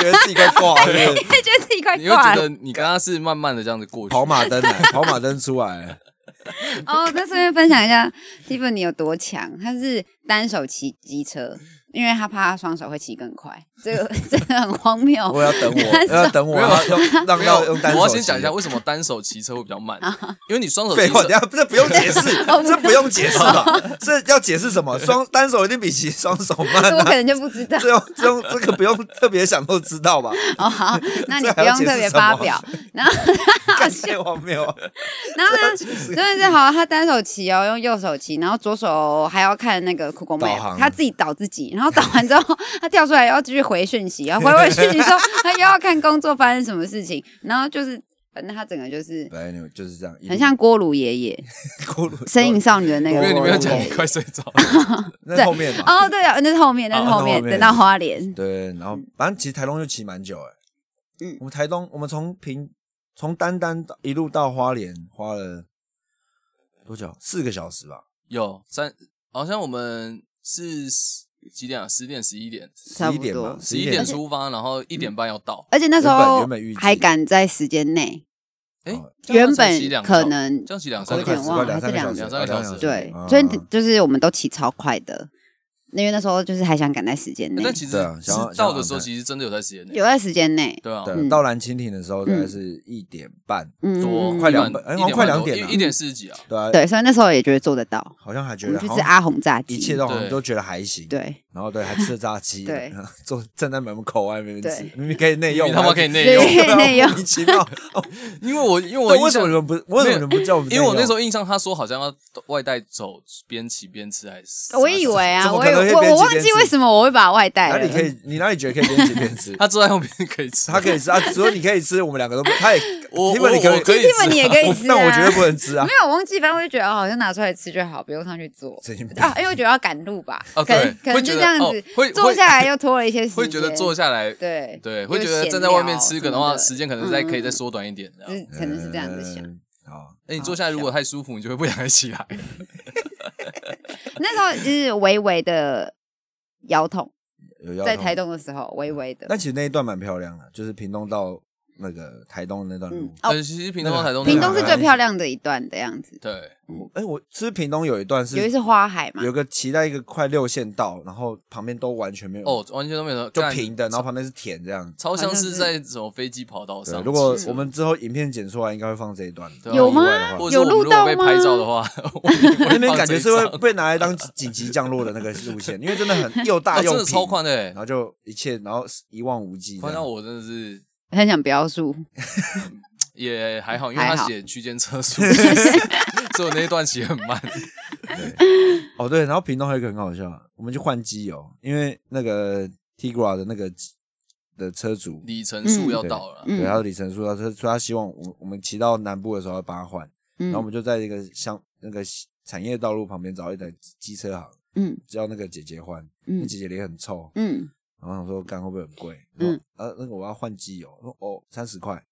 [SPEAKER 3] 觉得自己快挂了，对
[SPEAKER 4] 因为觉得自己快
[SPEAKER 2] 你会觉
[SPEAKER 4] 挂
[SPEAKER 2] 得
[SPEAKER 4] 了。
[SPEAKER 2] 你跟他是慢慢的这样子过去
[SPEAKER 3] 跑。马灯来，跑马灯出来，
[SPEAKER 4] 哦，那顺便分享一下，Tiffany 有多强，他是单手骑机车，因为他怕他双手会骑更快，这个 这个很荒谬。
[SPEAKER 3] 我要等我，要等我，
[SPEAKER 2] 没有
[SPEAKER 3] 要用让
[SPEAKER 2] 没有
[SPEAKER 3] 要用单手骑。
[SPEAKER 2] 我要先讲一下为什么单手骑车会比较慢，
[SPEAKER 4] 啊
[SPEAKER 2] 因为你双手骑
[SPEAKER 3] 废话，等一
[SPEAKER 2] 车
[SPEAKER 3] 下这不用解释，这不用解释吧？这要解释什么？双单手一定比骑双手慢
[SPEAKER 4] 这我可
[SPEAKER 3] 啊！
[SPEAKER 4] 能就不知道
[SPEAKER 3] 这用这用这个不用特别想都知道吧？
[SPEAKER 4] 哦，好，那你
[SPEAKER 3] 这
[SPEAKER 4] 不
[SPEAKER 3] 还要解
[SPEAKER 4] 用
[SPEAKER 3] 释
[SPEAKER 4] 特别
[SPEAKER 3] 什么
[SPEAKER 4] 发 表。然后，
[SPEAKER 3] 干太荒谬了！
[SPEAKER 4] 然后呢，真的是好，他单手骑哦，用右手骑，然后左手还要看那个 Google
[SPEAKER 3] 导
[SPEAKER 4] Map，
[SPEAKER 3] 航
[SPEAKER 4] 他自己导自己，然后导完之后，他跳出来要继续回讯息，哦然后回回讯息说他又要看工作发生什么事情，然后就是反正他整个就是
[SPEAKER 3] 白牛就是这样，
[SPEAKER 4] 很像锅炉爷爷，
[SPEAKER 3] 咕噜
[SPEAKER 4] 《身影少女》的那个
[SPEAKER 2] 因为你
[SPEAKER 4] 锅炉
[SPEAKER 2] 没有讲，
[SPEAKER 4] 爷
[SPEAKER 2] 你
[SPEAKER 4] 爷。
[SPEAKER 2] 快睡着了。
[SPEAKER 3] 那后面嘛。
[SPEAKER 4] 哦，对啊，那是后面，那是
[SPEAKER 3] 哦
[SPEAKER 4] 后面，
[SPEAKER 3] 那后面
[SPEAKER 4] 等到花莲，
[SPEAKER 3] 对，然后反正其实台东就骑蛮久哎、
[SPEAKER 4] 嗯
[SPEAKER 3] 我们台东，我们从平从丹丹到一路到花莲，花了多久？四个小时吧，
[SPEAKER 2] 有三，好像我们是十几点啊？十点、十一点、
[SPEAKER 4] 差
[SPEAKER 3] 十一
[SPEAKER 4] 不
[SPEAKER 3] 点
[SPEAKER 4] 多
[SPEAKER 3] 吧，。
[SPEAKER 2] 十
[SPEAKER 3] 十
[SPEAKER 2] 一
[SPEAKER 3] 点
[SPEAKER 2] 点出发，然后一点半要到。
[SPEAKER 4] 而且那时
[SPEAKER 3] 原本
[SPEAKER 4] 候
[SPEAKER 3] 原本预计
[SPEAKER 4] 还赶在时间内，
[SPEAKER 2] 哎
[SPEAKER 3] 哦，
[SPEAKER 2] 这样
[SPEAKER 4] 原
[SPEAKER 2] 才骑
[SPEAKER 4] 本
[SPEAKER 2] 两
[SPEAKER 4] 可
[SPEAKER 2] 趟
[SPEAKER 4] 能
[SPEAKER 2] 这样骑两
[SPEAKER 4] 我
[SPEAKER 2] 三
[SPEAKER 4] 有
[SPEAKER 2] 个
[SPEAKER 4] 点
[SPEAKER 2] 小时
[SPEAKER 4] 忘
[SPEAKER 3] 快两
[SPEAKER 4] 了
[SPEAKER 3] 三个小时，
[SPEAKER 2] 还是两
[SPEAKER 3] 快
[SPEAKER 2] 小
[SPEAKER 3] 两
[SPEAKER 2] 时
[SPEAKER 4] 对
[SPEAKER 3] 啊，
[SPEAKER 4] 所以就是我们都骑超快的，因为那时候就是还想赶在时间内，
[SPEAKER 2] 但其实
[SPEAKER 3] 对啊
[SPEAKER 2] 是
[SPEAKER 3] 想要
[SPEAKER 2] 到的时
[SPEAKER 3] 想
[SPEAKER 2] 候，
[SPEAKER 3] 要看
[SPEAKER 2] 其实真的有在时间内，
[SPEAKER 4] 有在时间内，
[SPEAKER 2] 对啊，
[SPEAKER 3] 对，
[SPEAKER 4] 嗯
[SPEAKER 3] 到蓝蜻蜓的时候大概是一点半，
[SPEAKER 4] 嗯，
[SPEAKER 2] 多
[SPEAKER 4] 嗯
[SPEAKER 3] 快
[SPEAKER 2] 一
[SPEAKER 3] 两
[SPEAKER 2] 点
[SPEAKER 3] 百哎
[SPEAKER 2] 一
[SPEAKER 3] 好像快两
[SPEAKER 2] 多
[SPEAKER 3] 点了
[SPEAKER 2] 一哦一点四十几啊，
[SPEAKER 3] 对啊，
[SPEAKER 4] 对，所以那时候也觉得做得到，
[SPEAKER 3] 好像还
[SPEAKER 4] 我
[SPEAKER 3] 觉
[SPEAKER 4] 们
[SPEAKER 3] 得
[SPEAKER 4] 去
[SPEAKER 3] 好
[SPEAKER 4] 吃
[SPEAKER 3] 像
[SPEAKER 4] 阿红炸鸡，
[SPEAKER 3] 一切都好像
[SPEAKER 2] 对
[SPEAKER 3] 都觉得还行，。
[SPEAKER 4] 对，
[SPEAKER 3] 然后对，还吃炸鸡，
[SPEAKER 4] 对，
[SPEAKER 3] 坐站在门口外面吃
[SPEAKER 4] 对，
[SPEAKER 3] 明明可以内用，
[SPEAKER 2] 你他妈可以内
[SPEAKER 4] 用
[SPEAKER 3] 对啊
[SPEAKER 4] 内 用
[SPEAKER 3] 莫名其妙。
[SPEAKER 2] 因为我因为我
[SPEAKER 3] 对，为
[SPEAKER 2] 印
[SPEAKER 3] 什么
[SPEAKER 2] 象
[SPEAKER 3] 你们不？为什么你们不叫我们内
[SPEAKER 2] 因
[SPEAKER 3] 用？
[SPEAKER 2] 为我那时候印象，他说好像要外带走，边骑边吃还是
[SPEAKER 4] 我以为啊，
[SPEAKER 3] 怎么
[SPEAKER 4] 我
[SPEAKER 3] 可
[SPEAKER 4] 以
[SPEAKER 3] 能
[SPEAKER 4] 为
[SPEAKER 3] 会
[SPEAKER 4] 我
[SPEAKER 3] 边
[SPEAKER 4] 我
[SPEAKER 3] 骑
[SPEAKER 4] 忘
[SPEAKER 3] 边
[SPEAKER 4] 记
[SPEAKER 3] 吃
[SPEAKER 4] 为什么我会把外带
[SPEAKER 3] 哪里可
[SPEAKER 4] 了，
[SPEAKER 3] 以？你哪里觉得可以边骑边 吃？
[SPEAKER 2] 他坐在后面可以吃，啊
[SPEAKER 3] 他可以吃，他只有你可以吃，我们两个都不，他也
[SPEAKER 2] 我
[SPEAKER 3] 你们你
[SPEAKER 2] 我
[SPEAKER 3] 可
[SPEAKER 2] 可
[SPEAKER 3] 以，
[SPEAKER 2] 以吃
[SPEAKER 4] Tiffany 也可以吃啊
[SPEAKER 3] 但我绝对不能吃啊
[SPEAKER 4] 没！有我忘记，反正我就觉得哦好像拿出来吃就好，不用上去 做。
[SPEAKER 3] 神经病
[SPEAKER 4] 啊，因为我觉得要赶路吧，
[SPEAKER 2] 哦
[SPEAKER 4] 可能
[SPEAKER 2] 对
[SPEAKER 4] 可能
[SPEAKER 2] 会
[SPEAKER 4] 就
[SPEAKER 2] 觉
[SPEAKER 4] 这
[SPEAKER 2] 得
[SPEAKER 4] 样
[SPEAKER 2] 哦
[SPEAKER 4] 子，
[SPEAKER 2] 会
[SPEAKER 4] 坐
[SPEAKER 2] 会
[SPEAKER 4] 下来又拖了一些时间，
[SPEAKER 2] 会觉得坐下来，
[SPEAKER 4] 对
[SPEAKER 2] 对，会
[SPEAKER 4] 又
[SPEAKER 2] 觉得
[SPEAKER 4] 闲
[SPEAKER 2] 站在外面
[SPEAKER 4] 聊
[SPEAKER 2] 吃，
[SPEAKER 4] 什
[SPEAKER 2] 可能
[SPEAKER 4] 么
[SPEAKER 2] 话
[SPEAKER 4] 的
[SPEAKER 2] 时间可能再可以再
[SPEAKER 4] 嗯
[SPEAKER 2] 缩短一点这样。
[SPEAKER 4] 是可能是这样子想。
[SPEAKER 3] 嗯。哦，
[SPEAKER 2] 哎，你坐下来如果太舒服，你就会不想起来。
[SPEAKER 4] 那时候就是微微的摇桶，
[SPEAKER 3] 有腰
[SPEAKER 4] 在
[SPEAKER 3] 痛
[SPEAKER 4] 台。东的时候，微微的。
[SPEAKER 3] 但其实那一段蛮漂亮的，就是屏东到那个台东那段路
[SPEAKER 4] 嗯。，哦，
[SPEAKER 2] 但其实屏东到台东，
[SPEAKER 4] 屏东是最
[SPEAKER 3] 那个
[SPEAKER 4] 漂亮的一段的样子，
[SPEAKER 2] 啊对，
[SPEAKER 3] 哎，我是不是屏东有一段是
[SPEAKER 4] 有一是花海嘛
[SPEAKER 3] 有，个骑在一个快六线道，然后旁边都完全没有
[SPEAKER 2] 哦，完全都没有
[SPEAKER 3] 嗯就
[SPEAKER 2] 干
[SPEAKER 3] 平的，然后旁边是田这样。
[SPEAKER 2] 超像是
[SPEAKER 4] 好
[SPEAKER 2] 在什么飞机跑道
[SPEAKER 3] 对
[SPEAKER 2] 上。，
[SPEAKER 3] 如果
[SPEAKER 2] 其实
[SPEAKER 3] 我们之后影片剪出来，应该会放这一段。
[SPEAKER 2] 对啊
[SPEAKER 4] 有吗
[SPEAKER 3] 意外的话
[SPEAKER 2] 或者是
[SPEAKER 4] 有
[SPEAKER 2] 我们
[SPEAKER 4] 录
[SPEAKER 2] 如果被
[SPEAKER 4] 到吗
[SPEAKER 2] 拍照的 话，我
[SPEAKER 3] 我那边感觉是
[SPEAKER 4] 哦
[SPEAKER 2] 会
[SPEAKER 3] 会被拿来当紧急降落的那个路线，因为真的很又大啊
[SPEAKER 2] 哦
[SPEAKER 3] 又
[SPEAKER 2] 真
[SPEAKER 3] 平，
[SPEAKER 2] 的超 宽的欸
[SPEAKER 3] 然，后就一切，然后一望无际这
[SPEAKER 2] 宽
[SPEAKER 3] 样。
[SPEAKER 2] 到我真的是
[SPEAKER 4] 很想描述。
[SPEAKER 2] 也还好，因为
[SPEAKER 4] 还
[SPEAKER 2] 他
[SPEAKER 4] 好
[SPEAKER 2] 写区间车 速，所以我那一段骑很慢。
[SPEAKER 3] 哦，对，然后屏东还有一个很好笑，我们去换机油，因为那个 Tigra 的那个的车主，
[SPEAKER 2] 里程数要到了，
[SPEAKER 4] 嗯
[SPEAKER 3] 对，他的里程数，他说说他希望我我们骑到南部的时候要帮他换，
[SPEAKER 4] 嗯
[SPEAKER 3] 然后我们就在一个乡那个产业道路旁边找一台机车行，
[SPEAKER 4] 嗯
[SPEAKER 3] 叫那个姐姐换，那
[SPEAKER 4] 嗯
[SPEAKER 3] 姐姐脸很臭，
[SPEAKER 4] 嗯，
[SPEAKER 3] 然后想说干会不会很贵？
[SPEAKER 4] 嗯
[SPEAKER 3] 嗯，啊，那个我要换机油，我说哦，三十块，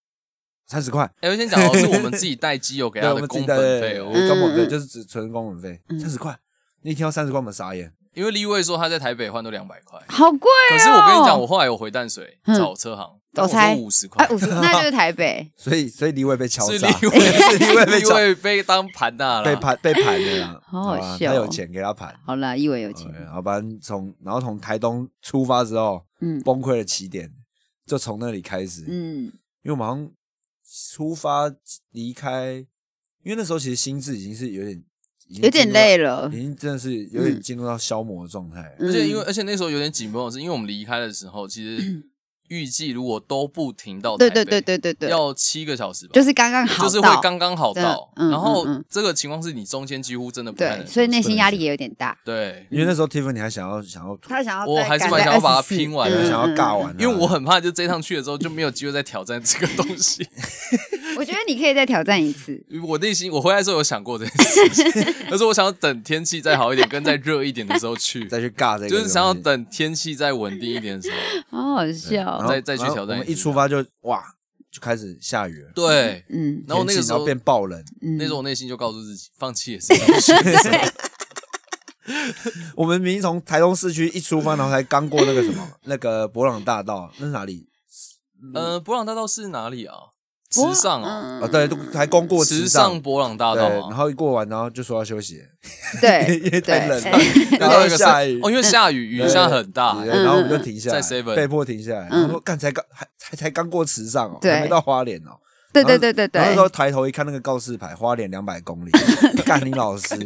[SPEAKER 3] 三十块，
[SPEAKER 2] 哎，我先讲哦，是我们自己带机油给
[SPEAKER 3] 对，
[SPEAKER 2] 他的
[SPEAKER 3] 我们自
[SPEAKER 2] 工
[SPEAKER 3] 己带
[SPEAKER 2] 本费
[SPEAKER 3] 对
[SPEAKER 2] 哦，
[SPEAKER 3] 工本费
[SPEAKER 4] 嗯
[SPEAKER 3] 就是只纯工本费，
[SPEAKER 4] 嗯
[SPEAKER 3] 三十块，那一听到三十块我们傻眼，。
[SPEAKER 2] 因为立位说他在台北换都两百块。
[SPEAKER 4] 好贵哦。
[SPEAKER 2] 可是我跟你讲，我后来有回淡水
[SPEAKER 4] 嗯
[SPEAKER 2] 找车行，
[SPEAKER 4] 我猜
[SPEAKER 2] 五十块
[SPEAKER 4] 哎，，五十，那就是台北
[SPEAKER 3] 所以所以李伟被敲
[SPEAKER 2] 是
[SPEAKER 3] 诈，
[SPEAKER 2] 立
[SPEAKER 3] 是立
[SPEAKER 2] 位
[SPEAKER 3] 位被
[SPEAKER 2] 立
[SPEAKER 3] 敲
[SPEAKER 2] 位被当盘大
[SPEAKER 3] 被
[SPEAKER 2] 了，
[SPEAKER 3] 盘被盘的 啦，
[SPEAKER 4] 好好
[SPEAKER 3] 吧
[SPEAKER 4] 笑
[SPEAKER 3] 他
[SPEAKER 4] 哦
[SPEAKER 3] 有钱给他盘。
[SPEAKER 4] 好啦，以为
[SPEAKER 2] 哎
[SPEAKER 4] 有
[SPEAKER 3] 对
[SPEAKER 4] 钱，
[SPEAKER 3] 然后不然从然后从台东出发之后，
[SPEAKER 4] 嗯
[SPEAKER 3] 崩溃的起点就从那里开始，
[SPEAKER 4] 嗯
[SPEAKER 3] 因为我们好像出发离开，因为那时候其实心智已经是有点已经
[SPEAKER 4] 有点
[SPEAKER 3] 进入到
[SPEAKER 4] 累了
[SPEAKER 3] 已经真的是有点
[SPEAKER 4] 嗯
[SPEAKER 3] 进入到消磨的状态。
[SPEAKER 4] 嗯嗯
[SPEAKER 2] 而且因为而且那时候有点紧绷，的是因为我们离开的时候，其实预计如果都不停到
[SPEAKER 4] 对
[SPEAKER 2] 台
[SPEAKER 4] 对
[SPEAKER 2] 北，
[SPEAKER 4] 对对对对，
[SPEAKER 2] 要七个小时吧，
[SPEAKER 4] 就是刚刚好到，
[SPEAKER 2] 就是会刚刚好
[SPEAKER 4] 真的
[SPEAKER 2] 到。
[SPEAKER 4] 嗯
[SPEAKER 2] 然后
[SPEAKER 4] 嗯嗯
[SPEAKER 2] 这个情况是你中间几乎哎真的不太
[SPEAKER 4] 对，
[SPEAKER 2] 能，
[SPEAKER 4] 所以内
[SPEAKER 3] 不
[SPEAKER 4] 心
[SPEAKER 3] 能
[SPEAKER 4] 压力也有点大。
[SPEAKER 2] 对，
[SPEAKER 3] 因为那时候 Tiffany 还想要想要
[SPEAKER 4] 他想要
[SPEAKER 2] 我
[SPEAKER 4] 再
[SPEAKER 2] 还是
[SPEAKER 4] 赶
[SPEAKER 2] 蛮
[SPEAKER 4] 在
[SPEAKER 2] 想要把它
[SPEAKER 4] 24
[SPEAKER 2] 拼完
[SPEAKER 3] 想
[SPEAKER 2] 的
[SPEAKER 4] 嗯
[SPEAKER 3] 要
[SPEAKER 4] 嗯
[SPEAKER 3] 尬
[SPEAKER 4] 嗯
[SPEAKER 3] 完啊，
[SPEAKER 2] 因为我很怕就这一趟去了之后就没有机会再挑战这个东 西。
[SPEAKER 4] 我觉得你可以再挑战一次。
[SPEAKER 2] 我内心我回来之后有想过这件事情，但是我想要等天气再好一点，跟再热一点的时候去，
[SPEAKER 3] 再去尬这个东西，
[SPEAKER 2] 就是想要等天气再稳定一点的时候。
[SPEAKER 4] 好好笑
[SPEAKER 3] 然
[SPEAKER 4] 哦，
[SPEAKER 3] 后
[SPEAKER 2] 再再去
[SPEAKER 3] 然后
[SPEAKER 2] 挑战
[SPEAKER 3] 我们
[SPEAKER 2] 一
[SPEAKER 3] 一
[SPEAKER 2] 次
[SPEAKER 3] 出发就哇就开始下雨了，
[SPEAKER 2] 对，
[SPEAKER 4] 嗯
[SPEAKER 2] 然后我那
[SPEAKER 3] 天
[SPEAKER 2] 个
[SPEAKER 3] 气
[SPEAKER 2] 时
[SPEAKER 3] 然
[SPEAKER 2] 候
[SPEAKER 3] 后变爆冷，
[SPEAKER 4] 嗯，
[SPEAKER 2] 那时候我内心就告诉自己，放弃也是一 种选择。
[SPEAKER 3] 我们明明从台东市区一出发，然后才刚过 那个什么那个博朗大道，那是哪里？
[SPEAKER 2] 呃，博朗大道是哪里啊？时尚
[SPEAKER 4] 嗯
[SPEAKER 2] 哦，
[SPEAKER 3] 啊，对，都还刚过
[SPEAKER 2] 时
[SPEAKER 3] 尚
[SPEAKER 2] 尚，博朗大
[SPEAKER 3] 对，
[SPEAKER 2] 道
[SPEAKER 3] 然
[SPEAKER 2] 啊，
[SPEAKER 3] 后一过完，然后就说要休息，
[SPEAKER 4] 对，
[SPEAKER 3] 因为太冷了，
[SPEAKER 4] 对
[SPEAKER 3] 然
[SPEAKER 2] 还有
[SPEAKER 3] 后
[SPEAKER 2] 一个是
[SPEAKER 3] 下雨
[SPEAKER 2] 哦，，因为下雨，雨下很
[SPEAKER 4] 啊
[SPEAKER 2] 大，
[SPEAKER 3] 对然后我
[SPEAKER 4] 嗯
[SPEAKER 3] 们就停下来，
[SPEAKER 2] 在 seven
[SPEAKER 3] 被迫停下来。他说：“干才刚还才才刚过池上哦，
[SPEAKER 4] 对
[SPEAKER 3] 还没到花莲哦。
[SPEAKER 4] 对对对对”
[SPEAKER 3] 然后那
[SPEAKER 4] 对
[SPEAKER 3] 时，候抬头一看那个告示牌，花莲两百 公里，干你老师，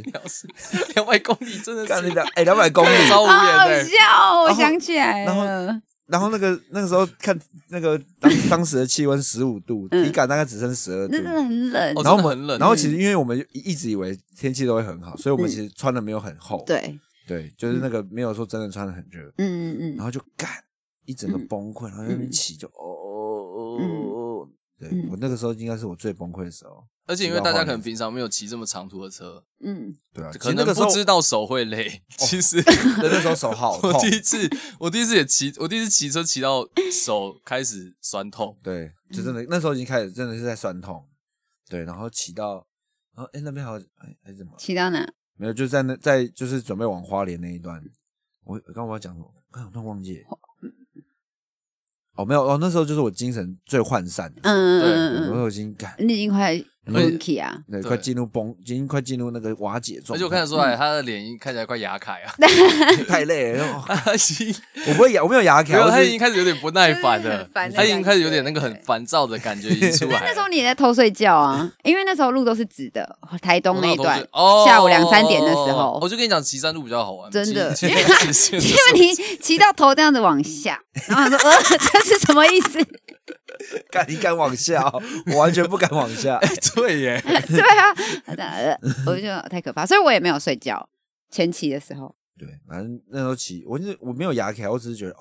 [SPEAKER 2] 两百公里真的
[SPEAKER 3] 干你
[SPEAKER 2] 是
[SPEAKER 3] 两哎两百 公里。
[SPEAKER 2] 超无
[SPEAKER 4] 好啊好
[SPEAKER 2] 言的。
[SPEAKER 4] 笑哦，我
[SPEAKER 3] 然后
[SPEAKER 4] 想起来
[SPEAKER 3] 然后
[SPEAKER 4] 了，
[SPEAKER 3] 然后那个那个时候看那个当当时的气温十五度，体感大概只剩十二度
[SPEAKER 4] 嗯那。真的很冷
[SPEAKER 2] 哦，
[SPEAKER 3] 然后
[SPEAKER 2] 真
[SPEAKER 3] 我
[SPEAKER 2] 的
[SPEAKER 3] 们
[SPEAKER 2] 很，冷
[SPEAKER 3] 然后其实因为我们一直以为天气都会很好，所以我们其实穿的没有很厚。
[SPEAKER 4] 嗯对，
[SPEAKER 3] 对，就是那个没有说真的穿的很热，
[SPEAKER 4] 嗯嗯
[SPEAKER 3] 然
[SPEAKER 4] 嗯，
[SPEAKER 3] 后就干一整个崩溃，然后在那边起就哦哦哦哦哦。对
[SPEAKER 4] 嗯
[SPEAKER 3] 我那个时候应该是我最崩溃的时候。
[SPEAKER 2] 而且因为大家可能平常没有骑这么长途的车，
[SPEAKER 4] 嗯，
[SPEAKER 3] 对啊，其
[SPEAKER 2] 可
[SPEAKER 3] 实那
[SPEAKER 2] 能
[SPEAKER 3] 个时
[SPEAKER 2] 不
[SPEAKER 3] 候哦
[SPEAKER 2] 知道手会累。其实
[SPEAKER 3] 对那时候手好
[SPEAKER 2] 我
[SPEAKER 3] 痛
[SPEAKER 2] 第。一次，我第一次也骑，我第一次骑车骑到手开始酸痛，
[SPEAKER 3] 对，就
[SPEAKER 4] 嗯
[SPEAKER 3] 真的那时候已经开始真的是在酸痛。对，然后骑到，然后哎那边还有哎还是什么？
[SPEAKER 4] 骑到哪？
[SPEAKER 3] 没有，就在那在就是准备往花莲那一段，我我刚我要讲什么？刚刚突然忘记了。哦，没有哦，那时候就是我精神最涣散的，
[SPEAKER 4] 嗯
[SPEAKER 2] 对
[SPEAKER 3] 我那
[SPEAKER 4] 嗯
[SPEAKER 3] 时
[SPEAKER 4] 嗯
[SPEAKER 3] 候已经感
[SPEAKER 4] 嗯，你已经快
[SPEAKER 3] 而且
[SPEAKER 4] r k y 啊，
[SPEAKER 3] 对，
[SPEAKER 2] 对
[SPEAKER 3] 快进入崩，已经快进入那个瓦解状态。
[SPEAKER 2] 而且我看得出
[SPEAKER 3] 嗯
[SPEAKER 2] 来他的脸看起来快牙凯啊，
[SPEAKER 3] 太累了，哦
[SPEAKER 2] 他已经
[SPEAKER 3] 我不会牙，我没有牙
[SPEAKER 2] 没有，
[SPEAKER 3] 条，
[SPEAKER 2] 他
[SPEAKER 3] 我
[SPEAKER 2] 已
[SPEAKER 3] 是
[SPEAKER 2] 经开始有点不耐烦
[SPEAKER 4] 就是
[SPEAKER 2] 了
[SPEAKER 4] 很烦，的
[SPEAKER 2] 他已经开始有
[SPEAKER 4] 感觉
[SPEAKER 2] 点那个很烦躁的感觉已经 出来了。
[SPEAKER 4] 那时候你也在偷睡觉啊，因为那时候路都是直的，台东那一段
[SPEAKER 2] 我同学哦，哦
[SPEAKER 4] 下午两三点的时候
[SPEAKER 2] 我就跟你讲，岐山路比较好玩，
[SPEAKER 4] 真的
[SPEAKER 2] 因 为
[SPEAKER 4] 因为你骑到头这样子往下， 然后他说：“呃，这是什么意思
[SPEAKER 3] 敢你敢往下哦，我完全不敢往 下。
[SPEAKER 2] 对耶，？”
[SPEAKER 4] 对啊， 呃我就觉得太可怕，所以我也没有睡觉。前期的时候，
[SPEAKER 3] 对，反正那时候骑，我就是我没有牙条，我只是觉得哦，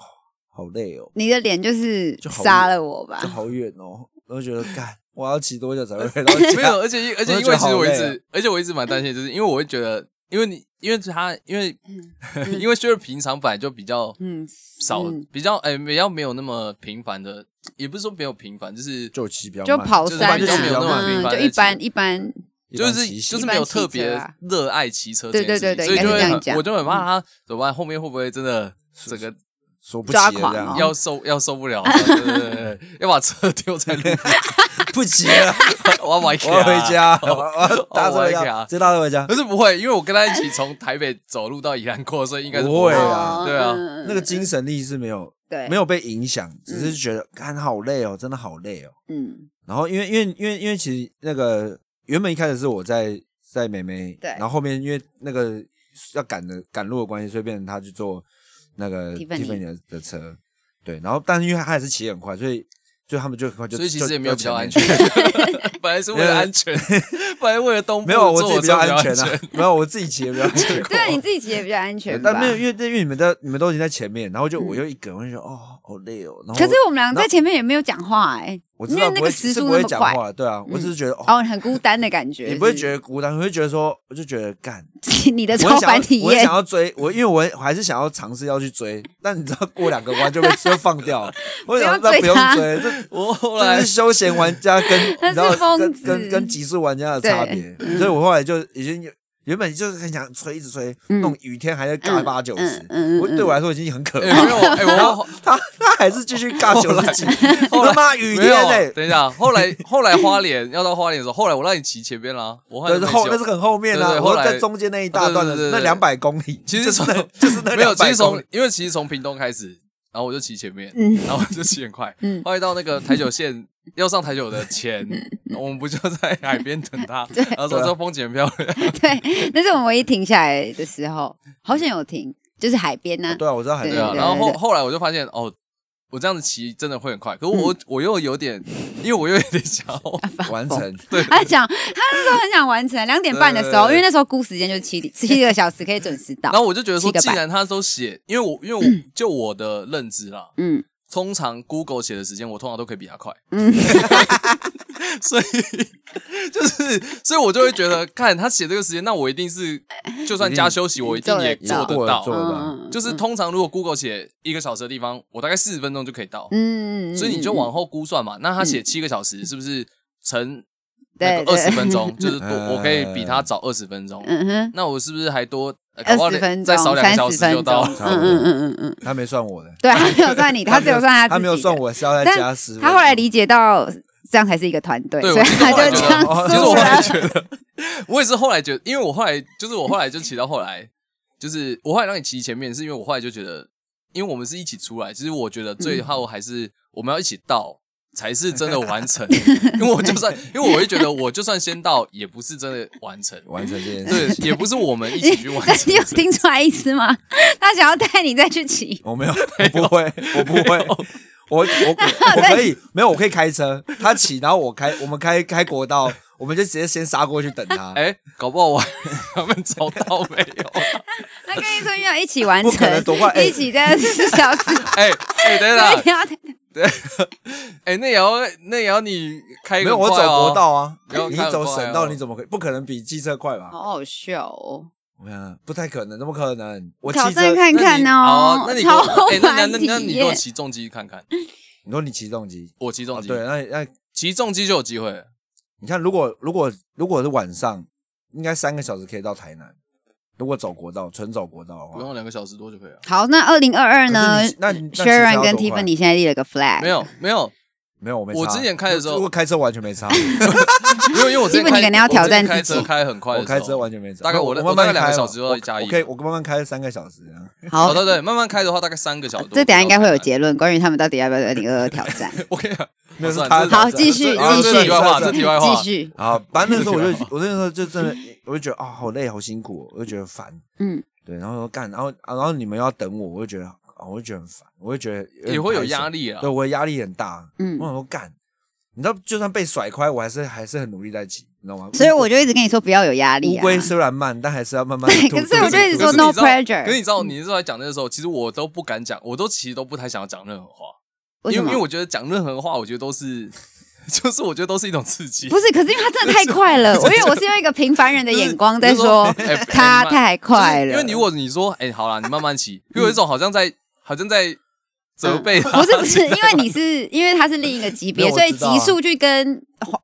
[SPEAKER 3] 好累哦，
[SPEAKER 4] 你的脸就是
[SPEAKER 3] 就好
[SPEAKER 4] 杀了我吧
[SPEAKER 3] 就？好远哦，我就觉得干，我要骑多久才会回到家？
[SPEAKER 2] 没有，而且而且因
[SPEAKER 3] 我就觉
[SPEAKER 2] 为其实
[SPEAKER 3] 得好
[SPEAKER 2] 我一
[SPEAKER 3] 累啊
[SPEAKER 2] 直，而且我一直蛮担心的，就是因为我会觉得，因为你，因为他，因为嗯 因为薛儿平常本来就比较
[SPEAKER 4] 嗯，
[SPEAKER 2] 少
[SPEAKER 4] 嗯，
[SPEAKER 2] 比较哎，比较没有那么频繁的，也不是说没有频繁，就是
[SPEAKER 3] 就骑比较
[SPEAKER 4] 就
[SPEAKER 3] 慢
[SPEAKER 4] 跑
[SPEAKER 2] 就是
[SPEAKER 4] 山
[SPEAKER 2] 就
[SPEAKER 3] 比较
[SPEAKER 4] 啊，
[SPEAKER 3] 慢
[SPEAKER 4] 嗯，
[SPEAKER 2] 比较
[SPEAKER 4] 就一般一般，
[SPEAKER 3] 一
[SPEAKER 2] 就
[SPEAKER 3] 般
[SPEAKER 2] 是
[SPEAKER 3] 骑行
[SPEAKER 2] 就是
[SPEAKER 4] 一
[SPEAKER 2] 没有
[SPEAKER 4] 般骑
[SPEAKER 2] 特
[SPEAKER 4] 车
[SPEAKER 2] 别
[SPEAKER 4] 啊
[SPEAKER 2] 热爱骑车这
[SPEAKER 4] 对
[SPEAKER 2] 件事情，
[SPEAKER 4] 对对对
[SPEAKER 2] 所以
[SPEAKER 4] 应该
[SPEAKER 2] 就会
[SPEAKER 4] 是这样
[SPEAKER 2] 很，
[SPEAKER 4] 讲
[SPEAKER 2] 我就很
[SPEAKER 3] 嗯
[SPEAKER 2] 怕他怎么办，后面会不会真的整个
[SPEAKER 3] 说不
[SPEAKER 4] 抓
[SPEAKER 3] 骑了
[SPEAKER 4] 狂
[SPEAKER 3] 这样
[SPEAKER 4] 哦
[SPEAKER 2] 要受要受 不了了，对对对对，对要把车丢在路边，
[SPEAKER 3] 不骑 了，
[SPEAKER 2] 我要回家，
[SPEAKER 3] 我要 回家，我要搭车
[SPEAKER 2] 哦我
[SPEAKER 3] 回
[SPEAKER 2] 要回
[SPEAKER 3] 家，
[SPEAKER 2] 家
[SPEAKER 3] 直接搭车回家
[SPEAKER 2] 可。是不会，因为我跟他一起从台北走路到宜兰过，所以应该是
[SPEAKER 3] 不会对啊
[SPEAKER 4] 哦
[SPEAKER 2] 对啊
[SPEAKER 4] 嗯
[SPEAKER 3] 那个精神力是没有
[SPEAKER 4] 对
[SPEAKER 3] 没有被影响，只是觉得干好累哦，真的好累哦。
[SPEAKER 4] 嗯
[SPEAKER 3] 然后因为因为因为因为其实那个原本一开始是我在在美美，
[SPEAKER 4] 对
[SPEAKER 3] 然后后面因为那个要赶的赶路的关系，所以变成他去坐那个
[SPEAKER 4] Tiffany
[SPEAKER 3] 的的车，对，然后但是因为他也是骑很快，所以就他们就很快就
[SPEAKER 2] 所以其实也没有比较安。
[SPEAKER 3] 就
[SPEAKER 2] 全
[SPEAKER 3] 就前面，
[SPEAKER 2] 本来是为了安全，本来为了东部
[SPEAKER 3] 没有，我自
[SPEAKER 2] 坐我
[SPEAKER 3] 己 比较
[SPEAKER 2] 车
[SPEAKER 3] 安
[SPEAKER 2] 安
[SPEAKER 3] 全 啊，没有，我自己骑也比较安全。
[SPEAKER 4] 对啊，你自己骑也啊比较安全吧。
[SPEAKER 3] 但没有，因为因为你们的你们都已经在前面，然后就我又一个人，我就觉得哦，好累哦。然后
[SPEAKER 4] 嗯可是我们两个在前面也没有讲话哎，
[SPEAKER 3] 我知
[SPEAKER 4] 因为
[SPEAKER 3] 道
[SPEAKER 4] 那
[SPEAKER 3] 不
[SPEAKER 4] 个
[SPEAKER 3] 会
[SPEAKER 4] 时
[SPEAKER 3] 是
[SPEAKER 4] 速
[SPEAKER 3] 不
[SPEAKER 4] 那
[SPEAKER 3] 会
[SPEAKER 4] 么
[SPEAKER 3] 讲
[SPEAKER 4] 快，
[SPEAKER 3] 话，对啊，我只是觉得哦，
[SPEAKER 4] 哦，很孤单的感觉。
[SPEAKER 3] 你不会
[SPEAKER 4] 是
[SPEAKER 3] 觉得孤单，你会觉得说，我就觉得干，
[SPEAKER 4] 你的
[SPEAKER 3] 我也
[SPEAKER 4] 超
[SPEAKER 3] 想
[SPEAKER 4] 凡
[SPEAKER 3] 要
[SPEAKER 4] 体
[SPEAKER 3] 我也
[SPEAKER 4] 验
[SPEAKER 3] 想，要追我，因为我也还是想要尝试要去追，但你知道过两个弯就被就放掉了，我想说那
[SPEAKER 4] 不
[SPEAKER 3] 不
[SPEAKER 4] 用追
[SPEAKER 3] 用
[SPEAKER 4] 他
[SPEAKER 3] 追， 这
[SPEAKER 2] 我后
[SPEAKER 3] 这
[SPEAKER 2] 来
[SPEAKER 3] 是休闲玩家跟你知
[SPEAKER 4] 他是
[SPEAKER 3] 道
[SPEAKER 4] 疯
[SPEAKER 3] 跟
[SPEAKER 4] 子
[SPEAKER 3] 跟跟极速玩家的差别，所以我后来就已经有原本就是很想吹一直吹，那种雨天还在尬八九十
[SPEAKER 4] 嗯嗯嗯，
[SPEAKER 3] 我对我来说已经很可
[SPEAKER 2] 哎
[SPEAKER 3] 怕
[SPEAKER 2] 没有
[SPEAKER 3] 了。
[SPEAKER 2] 哎我
[SPEAKER 3] 他他还是继续尬九十几，
[SPEAKER 2] 后来
[SPEAKER 3] 他妈雨
[SPEAKER 2] 没
[SPEAKER 3] 天欸
[SPEAKER 2] 有，
[SPEAKER 3] 嘞，
[SPEAKER 2] 等一下，后来 后来花莲要到花莲的时候，后来我让你骑前边啦，我后来
[SPEAKER 3] 对，
[SPEAKER 2] 就没
[SPEAKER 3] 后
[SPEAKER 2] 骑
[SPEAKER 3] 那是很后面
[SPEAKER 2] 对
[SPEAKER 3] 啊，
[SPEAKER 2] 对后
[SPEAKER 3] 我
[SPEAKER 2] 来
[SPEAKER 3] 在中间那一大段
[SPEAKER 2] 对
[SPEAKER 3] 的
[SPEAKER 2] 对对
[SPEAKER 3] 那
[SPEAKER 2] 对
[SPEAKER 3] 两百公里，
[SPEAKER 2] 其实
[SPEAKER 3] 就是
[SPEAKER 2] 从
[SPEAKER 3] 那就是那
[SPEAKER 2] 没有，其实
[SPEAKER 3] 200公
[SPEAKER 2] 从
[SPEAKER 3] 里
[SPEAKER 2] 因为其实从屏东开始，然后我就骑前面，
[SPEAKER 4] 嗯
[SPEAKER 2] 然后我就骑很快，
[SPEAKER 4] 嗯
[SPEAKER 2] 后来到那个台九 线要上台九的前，我们不就在海边等 他，然后说这风景很漂亮，
[SPEAKER 4] 对，那是我们唯一停下来的时候，好险有停，就是海边
[SPEAKER 3] 哦
[SPEAKER 4] 呐，
[SPEAKER 3] 对啊，我知道很
[SPEAKER 4] 对
[SPEAKER 2] 对啊，
[SPEAKER 3] 多
[SPEAKER 2] 然后后
[SPEAKER 4] 对
[SPEAKER 2] 后来我就发现哦。我这样子骑真的会很快，可我、
[SPEAKER 4] 嗯
[SPEAKER 2] 我又有点，因为我又有点 想要，
[SPEAKER 3] 完成，
[SPEAKER 4] 他想他那时候很想完成两点半的时候，因
[SPEAKER 2] 对对对
[SPEAKER 4] 为那时候估时间就是七点七个小时可以准时 到
[SPEAKER 2] 然。后我就觉得说
[SPEAKER 4] 七，个
[SPEAKER 2] 既
[SPEAKER 4] 半
[SPEAKER 2] 然他都写，因为我因为我就我的认知啦，
[SPEAKER 4] 嗯
[SPEAKER 2] 通常 Google 写的时间，我通常都可以比他快，
[SPEAKER 4] 嗯，
[SPEAKER 2] 所以就是，所以我就会觉得，看他写这个时间，那我一定是就算加休息，我一定也
[SPEAKER 3] 做
[SPEAKER 2] 做
[SPEAKER 3] 得
[SPEAKER 2] 得
[SPEAKER 3] 到做
[SPEAKER 2] 到。
[SPEAKER 3] 得到
[SPEAKER 4] 嗯
[SPEAKER 2] 就是通常如果 Google 写一个小时的地方，我大概四十分钟就可以到，
[SPEAKER 4] 嗯，
[SPEAKER 2] 所以你就往后估算嘛。那他写七个小时，是不是乘
[SPEAKER 4] 对
[SPEAKER 2] 二十
[SPEAKER 4] 对
[SPEAKER 2] 分钟，就是多，
[SPEAKER 3] 嗯
[SPEAKER 2] 我可以比 他早二十分钟。
[SPEAKER 4] 嗯哼，
[SPEAKER 2] 那我是不是还多呃搞
[SPEAKER 4] 二
[SPEAKER 2] 不好
[SPEAKER 4] 十分钟
[SPEAKER 2] 再少两个小时
[SPEAKER 4] 30
[SPEAKER 2] 就到
[SPEAKER 4] 分
[SPEAKER 2] 了？
[SPEAKER 4] 钟嗯嗯嗯嗯嗯，
[SPEAKER 3] 他没算我的，
[SPEAKER 4] 对，他没有算你，他只有算他自己的
[SPEAKER 3] 他没有算我是要再加
[SPEAKER 4] 但
[SPEAKER 3] 十，
[SPEAKER 4] 他后来理解到这样才是一个团队，
[SPEAKER 2] 对
[SPEAKER 4] 所以他
[SPEAKER 2] 我
[SPEAKER 4] 就
[SPEAKER 2] 是
[SPEAKER 4] 这
[SPEAKER 2] 这
[SPEAKER 4] 样
[SPEAKER 2] 么哦
[SPEAKER 3] 觉得
[SPEAKER 2] 其实
[SPEAKER 4] 做
[SPEAKER 2] 我后来
[SPEAKER 4] 了。
[SPEAKER 2] 觉得，我也是后来觉得，因为我后来就是我后来就骑到后来，就是我后来让你骑前面，是因为我后来就觉得，因为我们是一起出来，其实我觉得最后还是我们要一起到。才是真的完成，因为我就算，因为我会觉得，我就算先到，也不是真的完成，
[SPEAKER 3] 完成这件
[SPEAKER 2] 对
[SPEAKER 3] 事，，
[SPEAKER 2] 也不是我们一
[SPEAKER 4] 你
[SPEAKER 2] 起去完成
[SPEAKER 4] 你有
[SPEAKER 2] 这
[SPEAKER 4] 听出来意思吗？他想要带你再去骑，
[SPEAKER 3] 我没有，我不会，我不会，我我我可以没有，我可以开车，他骑，然后我开，我们开开国道，我们就直接先杀过去等他，
[SPEAKER 2] 哎、搞不好我 他们找到没有？
[SPEAKER 4] 他跟你说要一起完
[SPEAKER 3] 不可能
[SPEAKER 4] 成
[SPEAKER 3] 多快，哎
[SPEAKER 4] 一起在二十四小 时，
[SPEAKER 2] 哎、哎、等
[SPEAKER 4] 所以
[SPEAKER 2] 等
[SPEAKER 4] 你，要带
[SPEAKER 2] 哎、那也要那也要你开
[SPEAKER 3] 没
[SPEAKER 2] 个、
[SPEAKER 3] 有，
[SPEAKER 2] 哦、
[SPEAKER 3] 我走国道啊
[SPEAKER 2] 不要，
[SPEAKER 3] 你
[SPEAKER 2] 看
[SPEAKER 3] 走
[SPEAKER 2] 快
[SPEAKER 3] 省
[SPEAKER 2] 哦
[SPEAKER 3] 道，你怎么可以？不可能比机车快吧？
[SPEAKER 4] 好好笑哦！
[SPEAKER 3] 我想想不太可能，怎么可能？我
[SPEAKER 4] 挑
[SPEAKER 3] 骑车
[SPEAKER 4] 战，看看哦，
[SPEAKER 2] 那你好
[SPEAKER 4] 超
[SPEAKER 2] 啊那你给我哎、
[SPEAKER 4] 玩
[SPEAKER 2] 那那
[SPEAKER 4] 体
[SPEAKER 2] 那你给我
[SPEAKER 4] 验。
[SPEAKER 2] 骑重机看看，
[SPEAKER 3] 你说你骑重机，
[SPEAKER 2] 我骑
[SPEAKER 3] 哦
[SPEAKER 2] 重机、
[SPEAKER 3] 对，那那
[SPEAKER 2] 骑重机就有机会了。
[SPEAKER 3] 你看，如果如果如果是晚上，应该三个小时可以到台南。如果走国道，纯走国道的
[SPEAKER 2] 不
[SPEAKER 3] 话，
[SPEAKER 2] 用两个小时多就可以了。
[SPEAKER 4] 好，那二零二二呢
[SPEAKER 3] 可是你那你那骑车要
[SPEAKER 4] Sharon 跟
[SPEAKER 3] 多快
[SPEAKER 4] Tiffany 现在立了个 flag，
[SPEAKER 2] 没有没 有，
[SPEAKER 3] 没有我没差。
[SPEAKER 2] 我之前开的时候
[SPEAKER 3] 如果开车完全没差，
[SPEAKER 2] 没有，因为我之前
[SPEAKER 4] 基本
[SPEAKER 2] 开
[SPEAKER 4] 你可能要挑战
[SPEAKER 2] 我之前开
[SPEAKER 4] 自己
[SPEAKER 2] 车开很快的
[SPEAKER 3] 我
[SPEAKER 2] 时候
[SPEAKER 3] 开车完全没差。
[SPEAKER 2] 哦大概我
[SPEAKER 3] 我
[SPEAKER 2] 我
[SPEAKER 3] 慢
[SPEAKER 2] 大概
[SPEAKER 3] 慢
[SPEAKER 2] 两
[SPEAKER 3] 开
[SPEAKER 2] 个
[SPEAKER 3] 哦
[SPEAKER 2] 小时要加
[SPEAKER 3] 我
[SPEAKER 2] 一。
[SPEAKER 3] 可以，我慢慢开三个小时啊 这样。
[SPEAKER 4] 好
[SPEAKER 2] 哦，对对，慢慢开的话，大概三个小时多。
[SPEAKER 4] 这等一下应该会有
[SPEAKER 2] 结。
[SPEAKER 4] 结论，关于他们到底要不要二零二二挑战。
[SPEAKER 2] 我跟你讲，哦
[SPEAKER 3] 没有是
[SPEAKER 2] 算
[SPEAKER 3] 他
[SPEAKER 2] 了这
[SPEAKER 4] 好，
[SPEAKER 3] 这
[SPEAKER 4] 继续
[SPEAKER 2] 这这啊这
[SPEAKER 4] 继续，
[SPEAKER 2] 是题外话，这
[SPEAKER 3] 这
[SPEAKER 2] 题外话
[SPEAKER 4] 继。续，
[SPEAKER 3] 啊，反正那时候 我就，我那时候就真的，我就觉得啊，好累，好辛苦哦，我就觉得烦。
[SPEAKER 4] 嗯，
[SPEAKER 3] 对，然后说干，然后啊然后你们要等我，我就觉得啊，我就觉得很烦，我就觉得点
[SPEAKER 2] 也会有
[SPEAKER 3] 排斥
[SPEAKER 2] 压力啊
[SPEAKER 3] 对，我的压力很大。
[SPEAKER 4] 嗯
[SPEAKER 3] 我想说干，你知道，就算被甩开，我还是还是很努力在骑，你知道吗？
[SPEAKER 4] 所以我就一直跟你说不要有压力
[SPEAKER 3] 乌
[SPEAKER 4] 啊。
[SPEAKER 3] 龟虽然慢，但还是要慢慢
[SPEAKER 4] 对
[SPEAKER 3] 地吐。
[SPEAKER 4] 可是我就一直
[SPEAKER 2] 可
[SPEAKER 4] 说
[SPEAKER 2] 是
[SPEAKER 4] no
[SPEAKER 2] 你知道
[SPEAKER 4] pressure
[SPEAKER 2] 可是你知道，你那时候在讲的时候，其实我都不敢讲，我都其实都不太想要讲任何话，
[SPEAKER 4] 为
[SPEAKER 2] 因
[SPEAKER 4] 什
[SPEAKER 2] 为因为
[SPEAKER 4] 么？
[SPEAKER 2] 我觉得讲任何话，我觉得都是， 就是我觉得都是一种刺激。
[SPEAKER 4] 不是，可是因为他真的太快 了，我因为我是用一个平凡人的眼光在说
[SPEAKER 2] 就是哎
[SPEAKER 4] 他
[SPEAKER 2] 哎
[SPEAKER 4] 太快
[SPEAKER 2] 就是
[SPEAKER 4] 了。
[SPEAKER 2] 因为你如果你说，哎、好啦，你慢慢骑，会有一种好像在好像在责备 他、
[SPEAKER 4] 不是不是，因为你是因为他是另一个级
[SPEAKER 3] 没
[SPEAKER 4] 别，
[SPEAKER 3] 有我
[SPEAKER 4] 所以
[SPEAKER 3] 知道啊
[SPEAKER 4] 级数去跟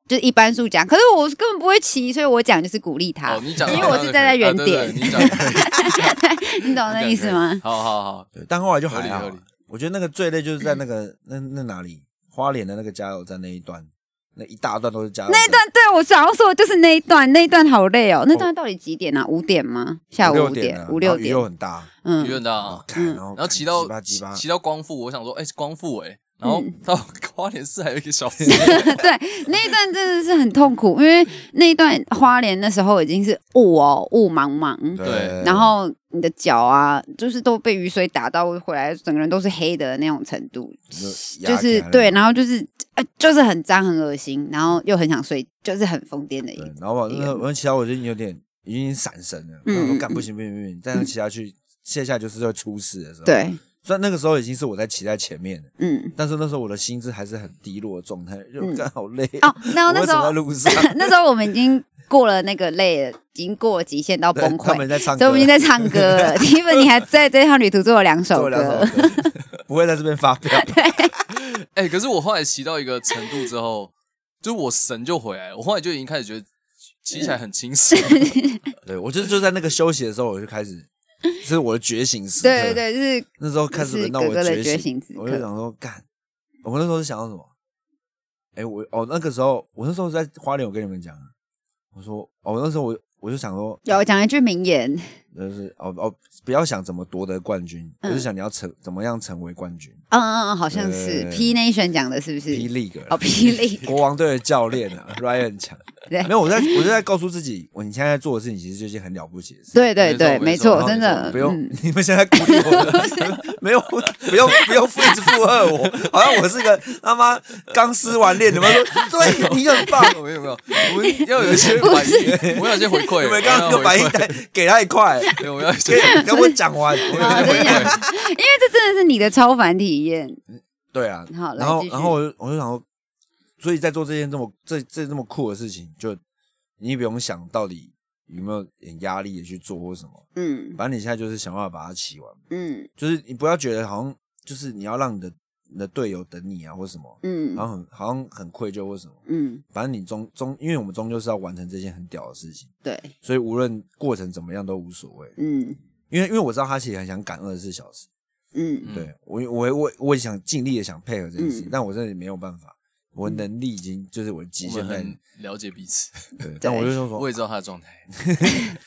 [SPEAKER 4] 就是一般数讲。可是我根本不会骑，所以我讲就是鼓励他
[SPEAKER 2] 哦，，你讲，
[SPEAKER 4] 因为我是站在原点
[SPEAKER 2] 啊对对你讲，你
[SPEAKER 4] 你懂那
[SPEAKER 2] 讲
[SPEAKER 4] 意思吗？
[SPEAKER 2] 好好好，
[SPEAKER 3] 对，但后来就还
[SPEAKER 2] 合
[SPEAKER 3] 好
[SPEAKER 2] 理合理。
[SPEAKER 3] 我觉得那个最累就是在 那个那那哪里，花莲的那个加油站那一段，那一大段都是加油站。
[SPEAKER 4] 那一段对我想要说的就是那一段，那一段好累哦。那段到底几点啊？五点吗？下午
[SPEAKER 3] 五
[SPEAKER 4] 五
[SPEAKER 3] 六
[SPEAKER 4] 点
[SPEAKER 3] 啊，
[SPEAKER 4] 五六
[SPEAKER 3] 然后雨又
[SPEAKER 4] 点。
[SPEAKER 3] 很大，
[SPEAKER 4] 嗯
[SPEAKER 2] 舆，论
[SPEAKER 3] 哦
[SPEAKER 2] 的，
[SPEAKER 3] 干
[SPEAKER 4] 嗯
[SPEAKER 3] 然后
[SPEAKER 2] 然后
[SPEAKER 3] 干
[SPEAKER 2] 骑到
[SPEAKER 3] 鸡巴鸡
[SPEAKER 2] 骑到光复，我想说，哎、光复哎、然后到花莲市还有一个小时，
[SPEAKER 4] 对，那一段真的是很痛苦，因为那一段花莲那时候已经是雾哦，雾茫茫，
[SPEAKER 3] 巴。
[SPEAKER 2] 对
[SPEAKER 4] 然后你的脚啊，就是都被雨水打到，回来整个人都是黑的那种程度，就
[SPEAKER 3] 就是
[SPEAKER 4] 对，，然后就是呃，就是很脏很恶心，然后又很想睡，就是很疯癫的一
[SPEAKER 3] 对
[SPEAKER 4] 个。，
[SPEAKER 3] 然后我那个我骑到我已经有点已经闪神了，
[SPEAKER 4] 嗯
[SPEAKER 3] 嗯，
[SPEAKER 4] 嗯
[SPEAKER 3] 说干不行不行不行，再骑下去接下来就是会出事的时候。，
[SPEAKER 4] 对，
[SPEAKER 3] 虽然那个时候已经是我在骑在前面了，
[SPEAKER 4] 嗯，
[SPEAKER 3] 但是那时候我的心智还是很低落的状态，就
[SPEAKER 4] 嗯
[SPEAKER 3] 干好累
[SPEAKER 4] 哦，那
[SPEAKER 3] 我
[SPEAKER 4] 那
[SPEAKER 3] 为
[SPEAKER 4] 时
[SPEAKER 3] 什么在
[SPEAKER 4] 候
[SPEAKER 3] 路上，
[SPEAKER 4] 那时候我们已经过了那个累了，已经过了极限到
[SPEAKER 3] 对
[SPEAKER 4] 崩
[SPEAKER 3] 他
[SPEAKER 4] 溃，
[SPEAKER 3] 们在唱歌，
[SPEAKER 4] 所以我们已经在唱歌了。Tiffany 还在这趟旅途做了两首
[SPEAKER 3] 做两
[SPEAKER 4] 歌，
[SPEAKER 3] 首 歌，不会在这边发表。
[SPEAKER 2] 哎、可是我后来骑到一个程度之后，就是我神就回来了，我后来就已经开始觉得骑起来很轻松，
[SPEAKER 3] 对我就是就在那个休息的时候，我就开始，这是我的觉醒时刻。
[SPEAKER 4] 对对对，就是
[SPEAKER 3] 那时候开始轮到我
[SPEAKER 4] 就是哥哥的
[SPEAKER 3] 觉
[SPEAKER 4] 觉醒时刻
[SPEAKER 3] 我就想说干，我那时候是想到什么？哎、我哦，那个时候我那时候在花莲，我跟你们讲，啊我说哦，那时候我我就想说，
[SPEAKER 4] 有讲一句名言，
[SPEAKER 3] 就是哦哦，不要想怎么夺得冠军，
[SPEAKER 4] 嗯
[SPEAKER 3] 我就想你要成怎么样成为冠军。
[SPEAKER 4] 嗯嗯嗯，好像是
[SPEAKER 3] 对
[SPEAKER 4] P Nation 讲的，是不是？
[SPEAKER 3] 霹雳哥，
[SPEAKER 4] 哦，霹雳，
[SPEAKER 3] 国王队的教练 啊，Ryan 强。
[SPEAKER 4] 对
[SPEAKER 3] 没有，我在我就在告诉自己，我你现在做的事情其实就是很了不起的事。
[SPEAKER 4] 对对
[SPEAKER 2] 没错
[SPEAKER 4] 对，
[SPEAKER 2] 没
[SPEAKER 4] 没
[SPEAKER 2] 错
[SPEAKER 4] 错，真的
[SPEAKER 3] 不用，
[SPEAKER 4] 嗯
[SPEAKER 3] 你们现在鼓励 我， 没有，不用，不用一直附和我，好像我是个他妈刚失完恋，你们说对，你很棒，
[SPEAKER 2] 没有没有，我们要有一些反应，我们要有一些回馈，
[SPEAKER 3] 你们刚刚
[SPEAKER 2] 我们要有
[SPEAKER 3] 那个反应
[SPEAKER 2] 回馈
[SPEAKER 3] 太给太快，
[SPEAKER 2] 对，我们要有一些
[SPEAKER 3] 给你跟我讲完，
[SPEAKER 4] 好哦真 的 假的因为这真的是你的超凡体验。
[SPEAKER 3] 对啊，
[SPEAKER 4] 好来
[SPEAKER 3] 然后
[SPEAKER 4] 继续
[SPEAKER 3] 然后我就我就想说，所以在做这件这么这这这么酷的事情，就你也不用想到底有没有很压力的去做或什么，
[SPEAKER 4] 嗯
[SPEAKER 3] 反正你现在就是想办法把它骑完，
[SPEAKER 4] 嗯
[SPEAKER 3] 就是你不要觉得好像就是你要让你的你的队友等你啊或什么。
[SPEAKER 4] 嗯
[SPEAKER 3] 然后很好像很愧疚或什么，
[SPEAKER 4] 嗯，
[SPEAKER 3] 反正你终终，因为我们终究是要完成这件很屌的事情，
[SPEAKER 4] 对，
[SPEAKER 3] 所以无论过程怎么样都无所谓。
[SPEAKER 4] 嗯
[SPEAKER 3] 因为因为我知道他其实很想赶二十四小时，
[SPEAKER 4] 嗯
[SPEAKER 2] 嗯
[SPEAKER 3] 对我我我我也想尽力的想配合这件事情，
[SPEAKER 4] 嗯
[SPEAKER 3] 但我真的没有办法，我的能力已经就是我的极
[SPEAKER 2] 我
[SPEAKER 3] 限
[SPEAKER 2] 们
[SPEAKER 3] 在，
[SPEAKER 2] 很了解彼此，
[SPEAKER 3] 对，但我就想
[SPEAKER 2] 我
[SPEAKER 3] 说，
[SPEAKER 2] 也知道他的状态。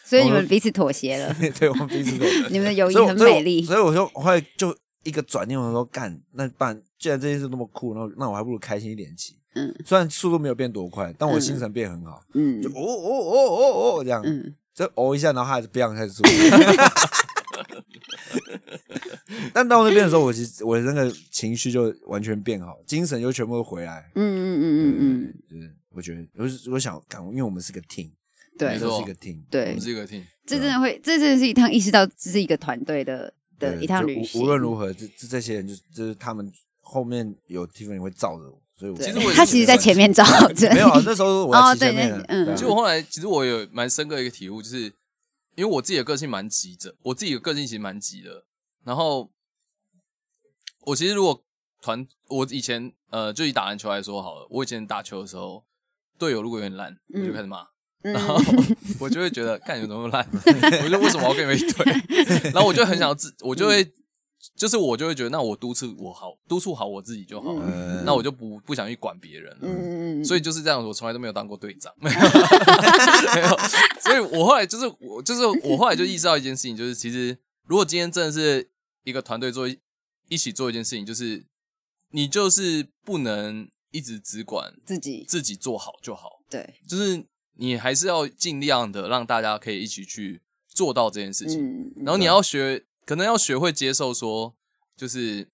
[SPEAKER 4] 所以你们彼此妥协了，
[SPEAKER 3] 对，我们彼此都
[SPEAKER 4] 你们的友谊
[SPEAKER 3] 所以我
[SPEAKER 4] 很美丽。
[SPEAKER 3] 所以我所以我就后来就一个转念，我说干，那不然既然这件事那么酷，那那我还不如开心一点骑。
[SPEAKER 4] 嗯
[SPEAKER 3] 虽然速度没有变多快，但我心情变很好，
[SPEAKER 4] 嗯
[SPEAKER 3] 就哦哦哦哦哦这样，
[SPEAKER 4] 嗯，
[SPEAKER 3] 就哦一下，然后还是不让开始速度。 但到那边的时候，我其实我那个情绪就完全变好，精神就全部回来
[SPEAKER 4] 嗯。嗯嗯嗯嗯，
[SPEAKER 3] 就是我觉得，我是我想，干，因为我们是个 team，
[SPEAKER 4] 对
[SPEAKER 2] 没
[SPEAKER 3] 这
[SPEAKER 2] 错
[SPEAKER 3] 是一个 team，
[SPEAKER 2] 我
[SPEAKER 4] 对
[SPEAKER 2] 们，是一个 team，
[SPEAKER 4] 这真的会，这真的是一趟意识到这是一个团队的的
[SPEAKER 3] 对
[SPEAKER 4] 一趟
[SPEAKER 3] 就
[SPEAKER 4] 旅
[SPEAKER 3] 无
[SPEAKER 4] 行。
[SPEAKER 3] 无论如何，这这这些人就是就是他们后面有 Tiffany 会罩着我，所以我
[SPEAKER 4] 对，
[SPEAKER 2] 其实我也
[SPEAKER 4] 他
[SPEAKER 2] 是
[SPEAKER 4] 其实
[SPEAKER 2] 觉
[SPEAKER 4] 在
[SPEAKER 2] 得
[SPEAKER 4] 前面照着，
[SPEAKER 3] 没有啊，那时候我在
[SPEAKER 4] 哦
[SPEAKER 3] 骑前面的
[SPEAKER 4] 对那，嗯
[SPEAKER 3] 对啊
[SPEAKER 2] 就我后来，其实我有蛮深刻的一个体悟，就是因为我自己的个性蛮急的，我自己的个性其实蛮急的。然后我其实如果团，我以前呃，就以打篮球来说好了，我以前打球的时候，队友如果有点烂，我
[SPEAKER 4] 嗯
[SPEAKER 2] 就开始骂。然后我就会觉得，干有那么 烂，我就为什么要跟你们一队？然后我就很想要自，我就会，就是我就会觉得，那我督促我好，督促好我自己就好了
[SPEAKER 3] 嗯，
[SPEAKER 2] 那我就不不想去管别人了。
[SPEAKER 4] 嗯嗯嗯，
[SPEAKER 2] 所以就是这样，我从来都没有当过队长， 没有，所以我后来就是我就是我后来就意识到一件事情，就是其实如果今天真的是一个团队做一一起做一件事情，就是你就是不能一直只管
[SPEAKER 4] 自己
[SPEAKER 2] 自己做好就好，
[SPEAKER 4] 对，
[SPEAKER 2] 就是你还是要尽量的让大家可以一起去做到这件事情，
[SPEAKER 4] 嗯，
[SPEAKER 2] 然后你要学，可能要学会接受说，就是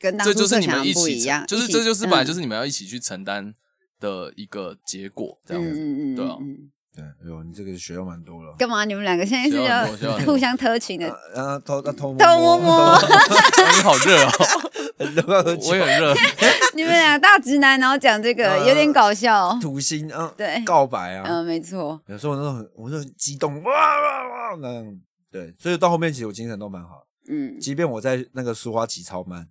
[SPEAKER 4] 跟当
[SPEAKER 2] 这
[SPEAKER 4] 初
[SPEAKER 2] 就是
[SPEAKER 4] 设
[SPEAKER 2] 你
[SPEAKER 4] 想
[SPEAKER 2] 们
[SPEAKER 4] 的
[SPEAKER 2] 一
[SPEAKER 4] 不
[SPEAKER 2] 起
[SPEAKER 4] 一
[SPEAKER 2] 承，
[SPEAKER 4] 样
[SPEAKER 2] 就是
[SPEAKER 4] 一起
[SPEAKER 2] 这就是本来就是
[SPEAKER 4] 嗯
[SPEAKER 2] 你们要一起去承担的一个结果，这样
[SPEAKER 4] 嗯
[SPEAKER 2] 子。
[SPEAKER 4] 嗯嗯，
[SPEAKER 2] 对啊
[SPEAKER 4] 嗯嗯
[SPEAKER 3] 对，哎呦，你这个学到蛮多了。
[SPEAKER 4] 干嘛？你们两个现在是
[SPEAKER 2] 学到很多学到
[SPEAKER 4] 要
[SPEAKER 2] 很多
[SPEAKER 4] 互相偷情的？
[SPEAKER 3] 然后啊偷他偷摸
[SPEAKER 4] 偷 摸摸，
[SPEAKER 2] 你好 热哦，
[SPEAKER 3] 摸
[SPEAKER 2] 我也很热。
[SPEAKER 4] 你们俩大直男，然后讲这个
[SPEAKER 3] 呃
[SPEAKER 4] 有点搞笑。
[SPEAKER 3] 土星啊，
[SPEAKER 4] 对
[SPEAKER 3] 告白啊，
[SPEAKER 4] 嗯，没错，
[SPEAKER 3] 有时候我那种很，我就很激动，哇哇哇那样。对，所以到后面其实我精神都蛮好，
[SPEAKER 4] 嗯，
[SPEAKER 3] 即便我在那个苏花骑超慢，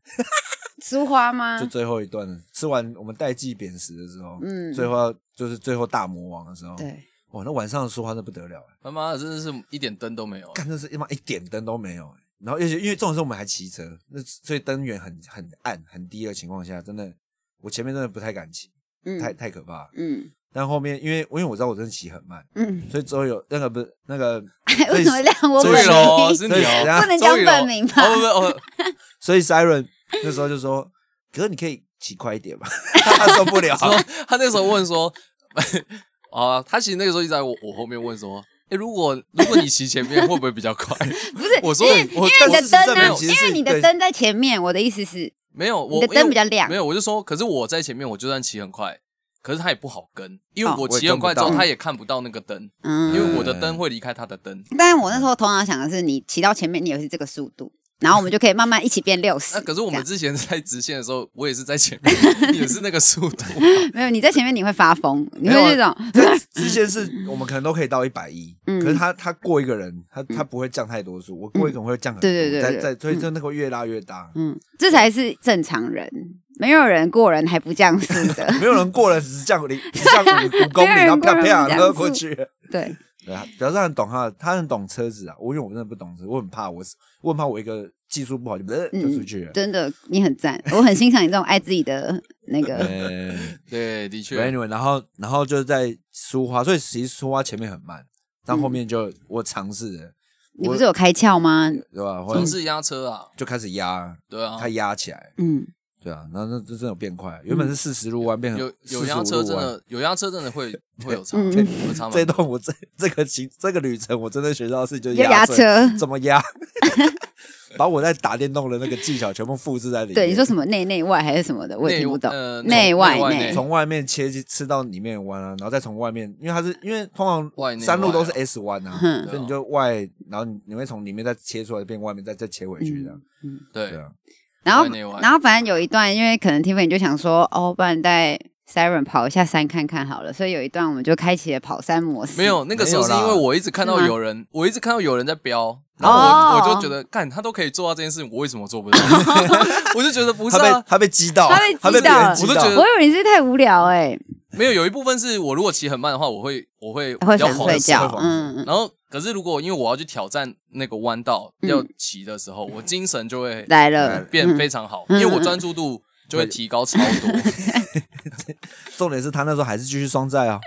[SPEAKER 4] 苏花吗
[SPEAKER 3] 就？最后一段了吃完我们代际扁食的时候，
[SPEAKER 4] 嗯
[SPEAKER 3] 最后要就是最后大魔王的时候，，
[SPEAKER 4] 对，
[SPEAKER 3] 哇，那晚上的苏花那不得了，欸
[SPEAKER 2] 他妈的，真的是一点灯都没有。
[SPEAKER 3] 干那是他妈一点灯都没有、欸然后，而且因为重点是我们还骑车，那所以灯源很很暗、很低的情况下，真的我前面真的不太敢骑，
[SPEAKER 4] 嗯
[SPEAKER 3] 太太可怕了。
[SPEAKER 4] 嗯
[SPEAKER 3] 但后面因为因为我知道我真的骑很慢，
[SPEAKER 4] 嗯，
[SPEAKER 3] 所以只有有那个不是那个
[SPEAKER 4] 哎，为什么亮我
[SPEAKER 3] 所
[SPEAKER 4] 本
[SPEAKER 3] 以
[SPEAKER 2] 周雨龙
[SPEAKER 4] 名？
[SPEAKER 2] 是你
[SPEAKER 3] 所以
[SPEAKER 2] 哦，
[SPEAKER 4] 不能讲
[SPEAKER 2] 周雨龙
[SPEAKER 4] 本名吧
[SPEAKER 2] 哦不 不，哦
[SPEAKER 3] 所以 Siren 那时候就说：“哥，你可以骑快一点吧。” 他受不了，
[SPEAKER 2] 说他那时候问说，啊，他其实那个时候一直在我我后面问说，哎，如果如果你骑前面会不会比较快？
[SPEAKER 4] 不是，
[SPEAKER 2] 我说
[SPEAKER 4] 因为
[SPEAKER 2] 我我
[SPEAKER 4] 因为你的
[SPEAKER 3] 事实
[SPEAKER 4] 灯
[SPEAKER 3] 证
[SPEAKER 4] 呢
[SPEAKER 3] 明？其实
[SPEAKER 4] 因
[SPEAKER 3] 是
[SPEAKER 4] 为你的
[SPEAKER 3] 对
[SPEAKER 4] 灯在前面，我的意思是，
[SPEAKER 2] 没有，我
[SPEAKER 4] 你的
[SPEAKER 2] 因为
[SPEAKER 4] 灯比较亮
[SPEAKER 2] 没有，我就说，可是我在前面，我就算骑很快，可是他也不好跟，因为
[SPEAKER 4] 哦
[SPEAKER 2] 我骑很快之后，
[SPEAKER 3] 我也跟不到
[SPEAKER 2] 他也看不到那个灯，因
[SPEAKER 4] 嗯，
[SPEAKER 2] 为我的灯会离开他的灯。
[SPEAKER 4] 但是我那时候头脑想的是，你骑到前面，你也是这个速度，然后我们就可以慢慢一起变六 十。
[SPEAKER 2] 那可是我们
[SPEAKER 4] 这
[SPEAKER 2] 之前在直线的时候，我也是在前面， 也是那个速度。
[SPEAKER 4] 样没有你在前面，你会发疯，你会
[SPEAKER 3] 没有啊
[SPEAKER 4] 这种
[SPEAKER 3] 这直线是我们可能都可以到一百一，
[SPEAKER 4] 嗯
[SPEAKER 3] 可是他他过一个人，他他不会降太多数，我过一个人会降很多，
[SPEAKER 4] 对对对对
[SPEAKER 3] 在在所以就那个越拉越大，。
[SPEAKER 4] 嗯，这才是正常人，没有人过人还不降速的
[SPEAKER 3] 没有人过了只是降零，只降五五 公里，
[SPEAKER 4] 没有人
[SPEAKER 3] 然后啪
[SPEAKER 4] 过
[SPEAKER 3] 啪
[SPEAKER 4] 了两
[SPEAKER 3] 然后
[SPEAKER 4] 次
[SPEAKER 3] 过去了。
[SPEAKER 4] 对，
[SPEAKER 3] 对啊，表示他很懂他，他很懂车子啊。我因为我真的不懂车，我很怕我，我很怕我一个技术不好就不是就出
[SPEAKER 4] 嗯
[SPEAKER 3] 去了，。
[SPEAKER 4] 真的，你很赞，我很欣赏你这种爱自己的那个。
[SPEAKER 3] 呃
[SPEAKER 2] 对，的确，
[SPEAKER 3] ，anyway，然后然后就在苏花，所以其实苏花前面很慢，但
[SPEAKER 4] 嗯
[SPEAKER 3] 后面就我尝试了，
[SPEAKER 4] 你不是有开窍吗？
[SPEAKER 3] 对吧？或
[SPEAKER 2] 城
[SPEAKER 3] 者
[SPEAKER 2] 市压车啊，
[SPEAKER 3] 就开始压，
[SPEAKER 2] 对啊
[SPEAKER 3] 它，压起来，
[SPEAKER 4] 嗯，
[SPEAKER 3] 对啊，然后那这真的有变快，啊原本是四十路弯变成
[SPEAKER 2] 嗯有有
[SPEAKER 3] 45
[SPEAKER 2] 压车真
[SPEAKER 3] 路弯
[SPEAKER 2] 的，有压车真的 会会有差，
[SPEAKER 4] 嗯
[SPEAKER 2] 会差蛮哦
[SPEAKER 3] 这一
[SPEAKER 2] 多。
[SPEAKER 3] 段我这这个行这个旅程，我真的学到的事就是
[SPEAKER 4] 就压车
[SPEAKER 3] 怎么压， 把我在打电动的那个技巧全部复制在里面。
[SPEAKER 4] 对，你说什么内内外还是什么的，我也
[SPEAKER 2] 内
[SPEAKER 4] 听不懂
[SPEAKER 2] 呃。
[SPEAKER 4] 内
[SPEAKER 2] 从
[SPEAKER 4] 外
[SPEAKER 2] 内外
[SPEAKER 4] 内
[SPEAKER 2] 内，
[SPEAKER 3] 从外面切吃到里面的弯啊，然后再从外面，因为它是因为通
[SPEAKER 2] 外
[SPEAKER 3] 常
[SPEAKER 2] 内
[SPEAKER 3] 山路都是
[SPEAKER 2] 外
[SPEAKER 3] S 弯啊，
[SPEAKER 4] 嗯
[SPEAKER 3] 所以你就外，然后你你会从里面再切出来，变外面，再再切回去这样。对
[SPEAKER 2] 嗯对，
[SPEAKER 3] 啊，
[SPEAKER 4] 然后
[SPEAKER 2] 外内外
[SPEAKER 4] 然后反正有一段，因为可能 Tiffany 就想说，哦，不然带 Siren 跑一下山看看好了，所以有一段我们就开启了跑山模式。
[SPEAKER 2] 没有那个时候是
[SPEAKER 3] 没有
[SPEAKER 2] 因
[SPEAKER 3] 啦
[SPEAKER 2] 为我一直看到
[SPEAKER 4] 是吗
[SPEAKER 2] 有人，我一直看到有人在飙，然后我
[SPEAKER 4] 哦
[SPEAKER 2] 我就觉得，干他都可以做到这件事，我为什么做不到？ 我就觉得不是
[SPEAKER 3] 他被
[SPEAKER 2] 啊，
[SPEAKER 3] 他被击到，
[SPEAKER 4] 他被
[SPEAKER 3] 他被
[SPEAKER 4] 击
[SPEAKER 3] 别
[SPEAKER 4] 到
[SPEAKER 3] 人
[SPEAKER 4] 了
[SPEAKER 3] 击
[SPEAKER 2] 我就觉得
[SPEAKER 3] 到，
[SPEAKER 4] 我以为你是太无聊哎、
[SPEAKER 2] 没有，有一部分是我如果骑很慢的话，我会我会
[SPEAKER 4] 会
[SPEAKER 2] 比较
[SPEAKER 4] 想
[SPEAKER 2] 晃
[SPEAKER 4] 睡
[SPEAKER 2] 的时候
[SPEAKER 4] 觉
[SPEAKER 3] 比较。晃
[SPEAKER 4] 嗯嗯，
[SPEAKER 2] 然后，可是如果因为我要去挑战那个弯道
[SPEAKER 4] 嗯
[SPEAKER 2] 要骑的时候，我精神就会
[SPEAKER 4] 来了，
[SPEAKER 2] 变
[SPEAKER 4] 嗯
[SPEAKER 2] 非常好，因
[SPEAKER 4] 嗯
[SPEAKER 2] 为我专注度就会提高超多。
[SPEAKER 3] 重点是他那时候还是继续双债啊，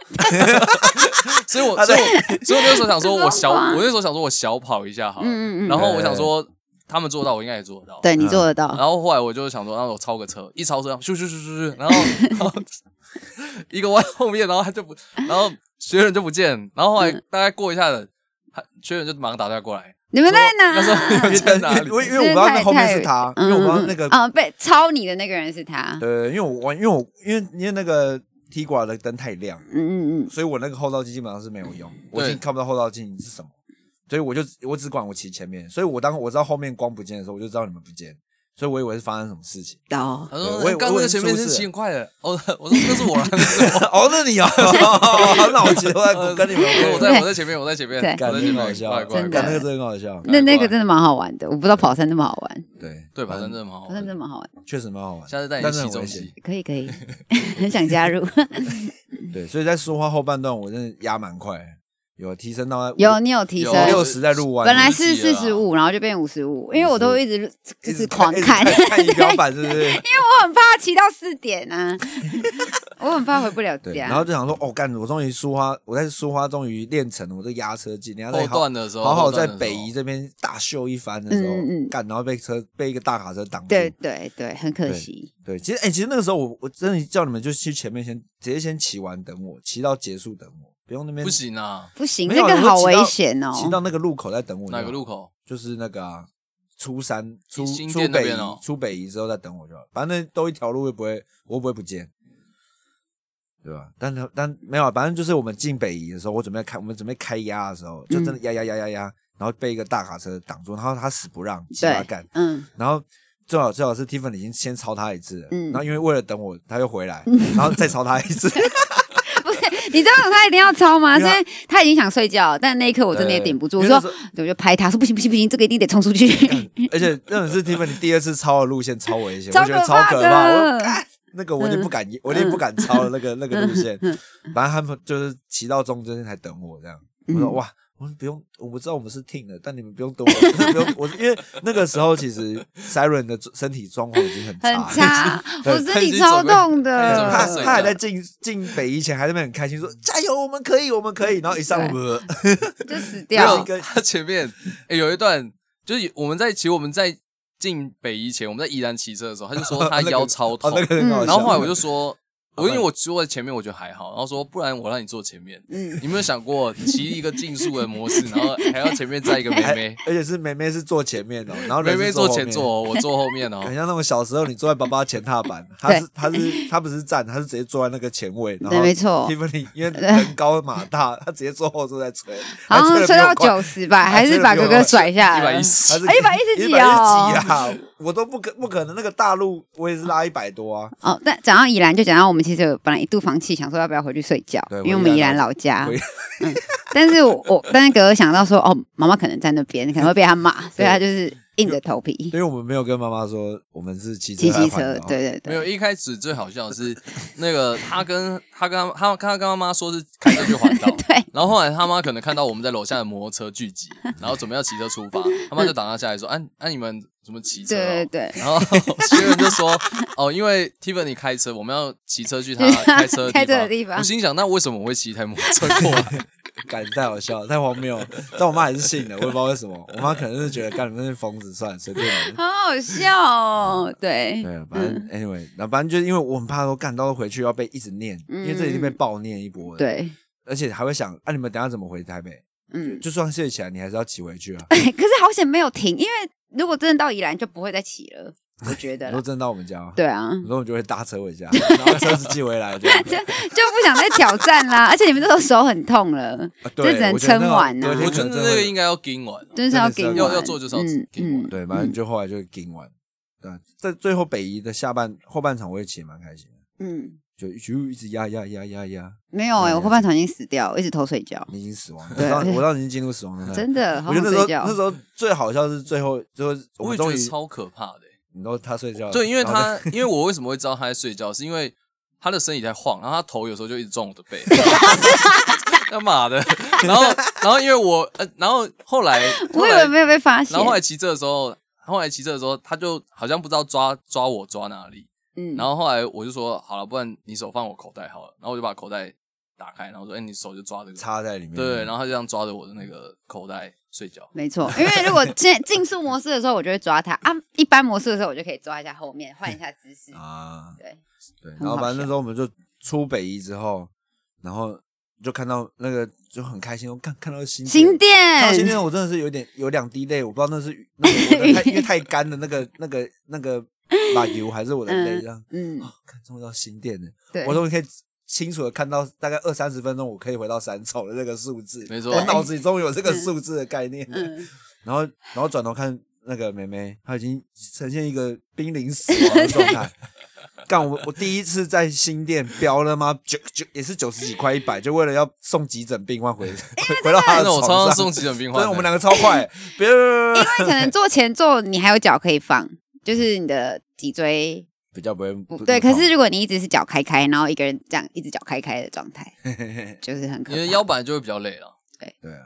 [SPEAKER 2] 所以
[SPEAKER 4] 啊
[SPEAKER 2] 我，所以我，所以我那时候想说，我小，我那时候想说我小跑一下好了，
[SPEAKER 4] 嗯嗯嗯
[SPEAKER 2] 然后我想说他们做到，我应该也做得到。
[SPEAKER 4] 对你做得
[SPEAKER 3] 啊
[SPEAKER 4] 到，
[SPEAKER 2] 然后后来我就想说，那我超个车，一超车，咻咻咻咻 咻，然后然后 一个弯后面，然后他就不，然后学员就不见，然后后
[SPEAKER 3] 嗯
[SPEAKER 2] 来大概过一下子，他学员就马上打电话过 来，
[SPEAKER 4] 你们在
[SPEAKER 2] 他说
[SPEAKER 3] 啊
[SPEAKER 4] 哪？
[SPEAKER 2] 你在哪里
[SPEAKER 3] 因？为因为我不知道那后面是他，因
[SPEAKER 4] 嗯
[SPEAKER 3] 为我不知道
[SPEAKER 4] 嗯
[SPEAKER 3] 那个
[SPEAKER 4] 啊被抄你的那个人是他，
[SPEAKER 3] 呃，因为我玩，因为我因为因为那个踢馆的灯太亮，
[SPEAKER 4] 嗯嗯
[SPEAKER 3] 所以我那个后照镜基本上是没有用，我已
[SPEAKER 2] 对
[SPEAKER 3] 经看不到后照镜是什么，所以我就我只管我骑前面，所以我当我知道后面光不见的时候，我就知道你们不见，所以我以为是发生什么事情。
[SPEAKER 4] 嗯，哦，
[SPEAKER 2] 他说哎
[SPEAKER 3] 我也
[SPEAKER 2] 刚刚那
[SPEAKER 3] 我
[SPEAKER 2] 个
[SPEAKER 3] 也
[SPEAKER 2] 前面
[SPEAKER 3] 是
[SPEAKER 2] 是
[SPEAKER 3] 不是
[SPEAKER 2] 骑很快的，哦，我说那是 我啦，那是我。
[SPEAKER 3] 哦，那你啊， 那我骑都在
[SPEAKER 2] 呃
[SPEAKER 3] 跟你们
[SPEAKER 2] 对我
[SPEAKER 3] 我
[SPEAKER 2] 在我在前面，我在前面，
[SPEAKER 4] 对
[SPEAKER 2] 我
[SPEAKER 3] 感
[SPEAKER 2] 在
[SPEAKER 3] 觉
[SPEAKER 2] 前
[SPEAKER 3] 很好
[SPEAKER 2] 面，
[SPEAKER 3] 笑，
[SPEAKER 2] 怪怪
[SPEAKER 4] 真
[SPEAKER 3] 干
[SPEAKER 4] 的
[SPEAKER 2] 怪
[SPEAKER 3] 那个，真的很好笑，
[SPEAKER 4] 那那个真的蛮好玩的，我不知道跑山那么好玩，
[SPEAKER 3] 对
[SPEAKER 2] 对，反正真的蛮好
[SPEAKER 4] 跑山
[SPEAKER 2] 玩
[SPEAKER 4] 真
[SPEAKER 2] 的
[SPEAKER 4] 的。蛮好玩，
[SPEAKER 3] 确实蛮好玩，
[SPEAKER 2] 下次带你
[SPEAKER 3] 但是
[SPEAKER 2] 骑
[SPEAKER 3] 很
[SPEAKER 2] 重
[SPEAKER 3] 危险
[SPEAKER 2] 机。
[SPEAKER 4] 可以 可以，很想加入，
[SPEAKER 3] 对，所以在苏花后半段，我真的压蛮快，有提升到
[SPEAKER 4] 有你有提升
[SPEAKER 2] 有。
[SPEAKER 3] 哦六十在入弯，
[SPEAKER 4] 本来
[SPEAKER 2] 我
[SPEAKER 4] 是
[SPEAKER 2] 忘记
[SPEAKER 4] 四
[SPEAKER 2] 了啊
[SPEAKER 4] 十五，然后就变五十五，因为我都一直就
[SPEAKER 3] 一
[SPEAKER 4] 是
[SPEAKER 3] 直
[SPEAKER 4] 狂看，
[SPEAKER 3] 一直看
[SPEAKER 4] 对
[SPEAKER 3] 仪表板是不是？
[SPEAKER 4] 我很怕骑到四点啊， 我很怕回不了
[SPEAKER 3] 对，
[SPEAKER 4] 家。
[SPEAKER 3] 然后就想说，哦，干，我终于苏花，我在苏花终于练成了，我这压车技，你要
[SPEAKER 2] 后
[SPEAKER 3] 再好
[SPEAKER 2] 段的时候，
[SPEAKER 3] 好好
[SPEAKER 2] 后
[SPEAKER 3] 在
[SPEAKER 2] 段的时候
[SPEAKER 3] 北宜这边大秀一番的时候，
[SPEAKER 4] 嗯嗯嗯
[SPEAKER 3] 干，然后被车被一个大卡车挡住。
[SPEAKER 4] 对对对，很可惜。
[SPEAKER 3] 对其实哎、其实那个时候我我真的叫你们就去前面先直接先骑完等我，骑到结束等我，不用那边
[SPEAKER 2] 不行啊，
[SPEAKER 4] 不行，
[SPEAKER 3] 没有
[SPEAKER 4] 那个
[SPEAKER 3] 我说
[SPEAKER 4] 好
[SPEAKER 3] 骑
[SPEAKER 4] 危
[SPEAKER 3] 到
[SPEAKER 4] 险哦。
[SPEAKER 3] 骑到那个路口再等我。
[SPEAKER 2] 哪个路？口？
[SPEAKER 3] 就是那个啊，出山出
[SPEAKER 2] 新
[SPEAKER 3] 出
[SPEAKER 2] 店那
[SPEAKER 3] 北
[SPEAKER 2] 边
[SPEAKER 3] 宜、
[SPEAKER 2] 哦
[SPEAKER 3] 出北宜之后再等我就好，反正都一条路，又不会我又不会不见，对吧？但是但没有啊，反正就是我们进北宜的时候，我准备开我们准备开压的时候，就真的
[SPEAKER 4] 嗯
[SPEAKER 3] 压压压压压，然后被一个大卡车挡住，然后他死不让，鸡巴
[SPEAKER 4] 对
[SPEAKER 3] 干，，
[SPEAKER 4] 嗯，
[SPEAKER 3] 然后。最好最好是 Tiffany 已经先超他一次了，
[SPEAKER 4] 嗯
[SPEAKER 3] 然后因为为了等我，他又回来，然后再超他一次，
[SPEAKER 4] 不是，你知道他一定要超吗？
[SPEAKER 3] 因
[SPEAKER 4] 是
[SPEAKER 3] 为
[SPEAKER 4] 因
[SPEAKER 3] 他
[SPEAKER 4] 为他已经想睡觉，但那一 刻我真的也顶不住，我
[SPEAKER 3] 对
[SPEAKER 4] 说
[SPEAKER 3] 因为那时
[SPEAKER 4] 对我就拍他说不行不行不行，这个一定得冲 出去，
[SPEAKER 3] 而且那种是 Tiffany 第二次超的路线超危险，
[SPEAKER 4] 超
[SPEAKER 3] 我觉得
[SPEAKER 4] 可
[SPEAKER 3] 超
[SPEAKER 4] 怕
[SPEAKER 3] 可
[SPEAKER 4] 的
[SPEAKER 3] 怕，我干那个我就不敢，我就不敢超了那个那个路线。反正他们就是骑到中间才等我这样，我说
[SPEAKER 4] 嗯
[SPEAKER 3] 哇。我们不用，我不知道我们是 team 的，但你们不用等我， 不用我，因为那个时候其实 Siren 的身体状况已经很
[SPEAKER 4] 很
[SPEAKER 3] 差，
[SPEAKER 4] 差，我身
[SPEAKER 2] 他已
[SPEAKER 4] 体
[SPEAKER 2] 经
[SPEAKER 4] 超
[SPEAKER 2] 准备
[SPEAKER 4] 痛
[SPEAKER 2] 他已经准备
[SPEAKER 3] 他
[SPEAKER 2] 睡
[SPEAKER 4] 的。
[SPEAKER 2] 了
[SPEAKER 3] 他还在进进北一前还在那边很开心说加油，我们可以，我们可以，然后一上路呃
[SPEAKER 4] 就死
[SPEAKER 2] 没有
[SPEAKER 4] 掉，
[SPEAKER 3] 跟
[SPEAKER 2] 他前面 诶有一段，就是有我们在其实我们在进北宜前，我们在宜兰骑车的时候，他就说他
[SPEAKER 3] 那个
[SPEAKER 2] 腰超
[SPEAKER 3] 哦
[SPEAKER 2] 痛，
[SPEAKER 3] 那个很好
[SPEAKER 4] 嗯
[SPEAKER 2] 然后后来
[SPEAKER 3] 笑
[SPEAKER 2] 我就说，我因为我坐在前面，我觉得还好，然后说不然我让你坐前面。
[SPEAKER 4] 嗯，
[SPEAKER 2] 你有没有想过骑一个竞速的模式，然后还要前面载一个妹
[SPEAKER 3] 还
[SPEAKER 2] 妹，
[SPEAKER 3] 哎而且是妹妹是坐前面的，哦然后
[SPEAKER 2] 妹
[SPEAKER 3] 人是
[SPEAKER 2] 妹坐
[SPEAKER 3] 后
[SPEAKER 2] 前
[SPEAKER 3] 面
[SPEAKER 2] 座哦，我坐后面哦。
[SPEAKER 3] 很像那种小时候你坐在爸爸前踏板，他是他是他不是站，他是直接坐在那个前位，然后
[SPEAKER 4] 对没错呃
[SPEAKER 3] Tiffany 因为人高马大，他直接坐后座在 吹，
[SPEAKER 4] 好
[SPEAKER 3] 还
[SPEAKER 4] 像
[SPEAKER 3] 吹
[SPEAKER 4] 吹
[SPEAKER 3] 得比
[SPEAKER 4] 到
[SPEAKER 3] 我快
[SPEAKER 4] 九，十吧，
[SPEAKER 3] 还
[SPEAKER 4] 还
[SPEAKER 3] 吹
[SPEAKER 4] 是
[SPEAKER 3] 得
[SPEAKER 4] 把
[SPEAKER 3] 比我
[SPEAKER 4] 哥哥
[SPEAKER 3] 快
[SPEAKER 4] 甩下
[SPEAKER 2] 一百
[SPEAKER 4] 来
[SPEAKER 2] 一
[SPEAKER 4] 了。
[SPEAKER 3] 他
[SPEAKER 2] 十，
[SPEAKER 3] 是
[SPEAKER 4] 哎110
[SPEAKER 3] 一
[SPEAKER 4] 几
[SPEAKER 3] 百
[SPEAKER 4] 哦
[SPEAKER 3] 一十几啊，我都不可不可能那个大路我也是拉一百多啊，
[SPEAKER 4] 哦，但讲到宜兰，就讲到我们其实有本来一度放弃，想说要不要回去睡觉
[SPEAKER 3] 对，
[SPEAKER 4] 因为我们宜兰老家
[SPEAKER 3] 回。
[SPEAKER 4] 嗯，但是我我但是哥哥想到说，哦，妈妈可能在那边，可能会被他骂，所以他就是硬着头皮
[SPEAKER 3] 因为我们没有跟妈妈说我们是骑
[SPEAKER 4] 骑
[SPEAKER 3] 车
[SPEAKER 4] 机
[SPEAKER 3] 来环
[SPEAKER 4] 车
[SPEAKER 3] 岛，，
[SPEAKER 4] 对对
[SPEAKER 2] 没 有，
[SPEAKER 4] 对，
[SPEAKER 2] 一开始最好笑的是那个他跟他跟他他他跟他妈说是开车去环岛，
[SPEAKER 4] 对，
[SPEAKER 2] 然后后来他妈可能看到我们在楼下的摩托车聚集， 然后准备要骑车出发，他妈就挡他下来说：“哎、啊、哎、你们怎么骑车、哦？”
[SPEAKER 4] 对对对
[SPEAKER 2] 然后 学员就说：“哦，因为 Tiffany 开车，我们要骑车去他
[SPEAKER 4] 去他
[SPEAKER 2] 开车的地方。
[SPEAKER 4] 开车的地方
[SPEAKER 2] 我心想：“那为什么我会骑一台摩托车过 来？
[SPEAKER 3] 感觉太好笑了，太荒谬了。但我妈还是信的，我也不知道为什么，我妈可能是觉得干你们那些疯子，算了，随便你们。
[SPEAKER 4] 好好笑哦，对
[SPEAKER 3] 对，啊，反
[SPEAKER 4] 嗯
[SPEAKER 3] 正 anyway，那反正就是因为我很怕说干到时候回去要被一直念，因为这已经被暴念一波了。，
[SPEAKER 4] 嗯对，
[SPEAKER 3] 而且还会想，啊，你们等一下怎么回台北？
[SPEAKER 4] 嗯，
[SPEAKER 3] 就算睡起来，你还是要骑回去啊。
[SPEAKER 4] 可是好险没有停，因为如果真的到宜兰就不会再骑了，我 觉
[SPEAKER 3] 你
[SPEAKER 4] 得
[SPEAKER 3] 说
[SPEAKER 4] 啦，
[SPEAKER 3] 真的到我们家啊，
[SPEAKER 4] 对啊，
[SPEAKER 3] 然后我就会搭车回家，然后车子寄回来， 这样
[SPEAKER 4] 就就不想再挑战啦，而且你们这时候手很痛了，
[SPEAKER 3] 啊
[SPEAKER 4] 就只
[SPEAKER 3] 对，
[SPEAKER 4] 能
[SPEAKER 3] 我觉得那
[SPEAKER 4] 撑完啊
[SPEAKER 3] 隔天
[SPEAKER 2] 我
[SPEAKER 3] 可
[SPEAKER 2] 觉
[SPEAKER 3] 能
[SPEAKER 2] 得
[SPEAKER 3] 真
[SPEAKER 2] 那
[SPEAKER 3] 的
[SPEAKER 2] 个
[SPEAKER 3] 会
[SPEAKER 2] 应该要盯完。
[SPEAKER 4] 真是要
[SPEAKER 3] 真的
[SPEAKER 4] 给
[SPEAKER 3] 是
[SPEAKER 4] 我
[SPEAKER 3] 要
[SPEAKER 2] 要做就是要
[SPEAKER 4] 嗯
[SPEAKER 2] 给我
[SPEAKER 4] 嗯
[SPEAKER 3] 对，反正就后来就盯完。对啊，在最后北移的下半后半场，我也骑得蛮开心的，
[SPEAKER 4] 嗯。
[SPEAKER 3] 就一直一直压压压压压，
[SPEAKER 4] 没有哎、
[SPEAKER 3] 哎
[SPEAKER 4] 我后半场已经死掉，我一直偷睡觉，
[SPEAKER 3] 你已经死亡了，我
[SPEAKER 4] 对
[SPEAKER 3] 让我让你已经进入死亡状态。
[SPEAKER 4] 真的好
[SPEAKER 3] 我
[SPEAKER 4] 好
[SPEAKER 3] 觉得那时
[SPEAKER 4] 睡
[SPEAKER 3] 候
[SPEAKER 4] 觉
[SPEAKER 3] 那。时候最好笑是最后最后我
[SPEAKER 2] 我
[SPEAKER 3] 们
[SPEAKER 2] 也觉
[SPEAKER 3] 终于呃
[SPEAKER 2] 得超可怕的、
[SPEAKER 3] 你都他睡觉了，
[SPEAKER 2] 对，因为
[SPEAKER 3] 然后
[SPEAKER 2] 他因为我为什么会知道他在睡觉，是因为他的身体在晃，然后他头有时候就一直撞我的 背。他妈的！然后，然后因为我，呃，然后后来，后
[SPEAKER 4] 我以
[SPEAKER 2] 来
[SPEAKER 4] 为没有被发现
[SPEAKER 2] 然后，后来骑车的时候，后来骑车的时候，他就好像不知道抓抓我抓哪里，
[SPEAKER 4] 嗯，
[SPEAKER 2] 然后后来我就说好了，不然你手放我口袋好了。然后我就把口袋打开，然后说：“哎、你手就抓这个。
[SPEAKER 3] 插在里”面。
[SPEAKER 2] 对，然后他就这样抓着我的那个口袋睡觉。
[SPEAKER 4] 没 错，因为如果进进速模式的时候，我就会抓它啊；一般模式的时候，我就可以抓一下后面，换一下姿势。
[SPEAKER 3] 啊，
[SPEAKER 4] 对，
[SPEAKER 3] 对，
[SPEAKER 4] 很
[SPEAKER 3] 然后
[SPEAKER 4] 好
[SPEAKER 3] 反正那
[SPEAKER 4] 笑
[SPEAKER 3] 时候我们就出北一之后，然后就看到那个就很开心，我看看到新
[SPEAKER 4] 新
[SPEAKER 3] 店。看到新
[SPEAKER 4] 店
[SPEAKER 3] 店，我真的是有点有两滴泪，我不知道那是雨那个我的太因为太干的那个那个那个马油还是我的泪，这样
[SPEAKER 4] 嗯，
[SPEAKER 3] 啊，看终于到新店了，
[SPEAKER 4] 对，
[SPEAKER 3] 我终于可以清楚的看到大概二三十分钟，我可以回到三重的这个数字，
[SPEAKER 2] 没错
[SPEAKER 3] 我脑子里终于有这个数字的概念了。
[SPEAKER 4] 嗯，
[SPEAKER 3] 然后然后转头看那个妹妹，她已经呈现一个濒临死亡的状态。干我我第一次在新店飙了吗？九九也是九十几块一百，就为了要送急诊病患回回回到她
[SPEAKER 2] 真
[SPEAKER 3] 的
[SPEAKER 2] 的，我
[SPEAKER 3] 床
[SPEAKER 2] 常常
[SPEAKER 3] 上。
[SPEAKER 2] 送急诊病
[SPEAKER 3] 真
[SPEAKER 2] 患
[SPEAKER 3] 的，
[SPEAKER 2] 的。
[SPEAKER 3] 我们两个超快，别
[SPEAKER 4] 因为可能做前做你还有脚可以放，就是你的脊椎
[SPEAKER 3] 比较不会
[SPEAKER 4] 不
[SPEAKER 3] 不
[SPEAKER 4] 对。可是如果你一直是脚开开，然后一个人这样一直脚开开的状态，就是很可
[SPEAKER 2] 你的
[SPEAKER 4] 怕。
[SPEAKER 2] 腰板就会比较累了。
[SPEAKER 3] 对啊，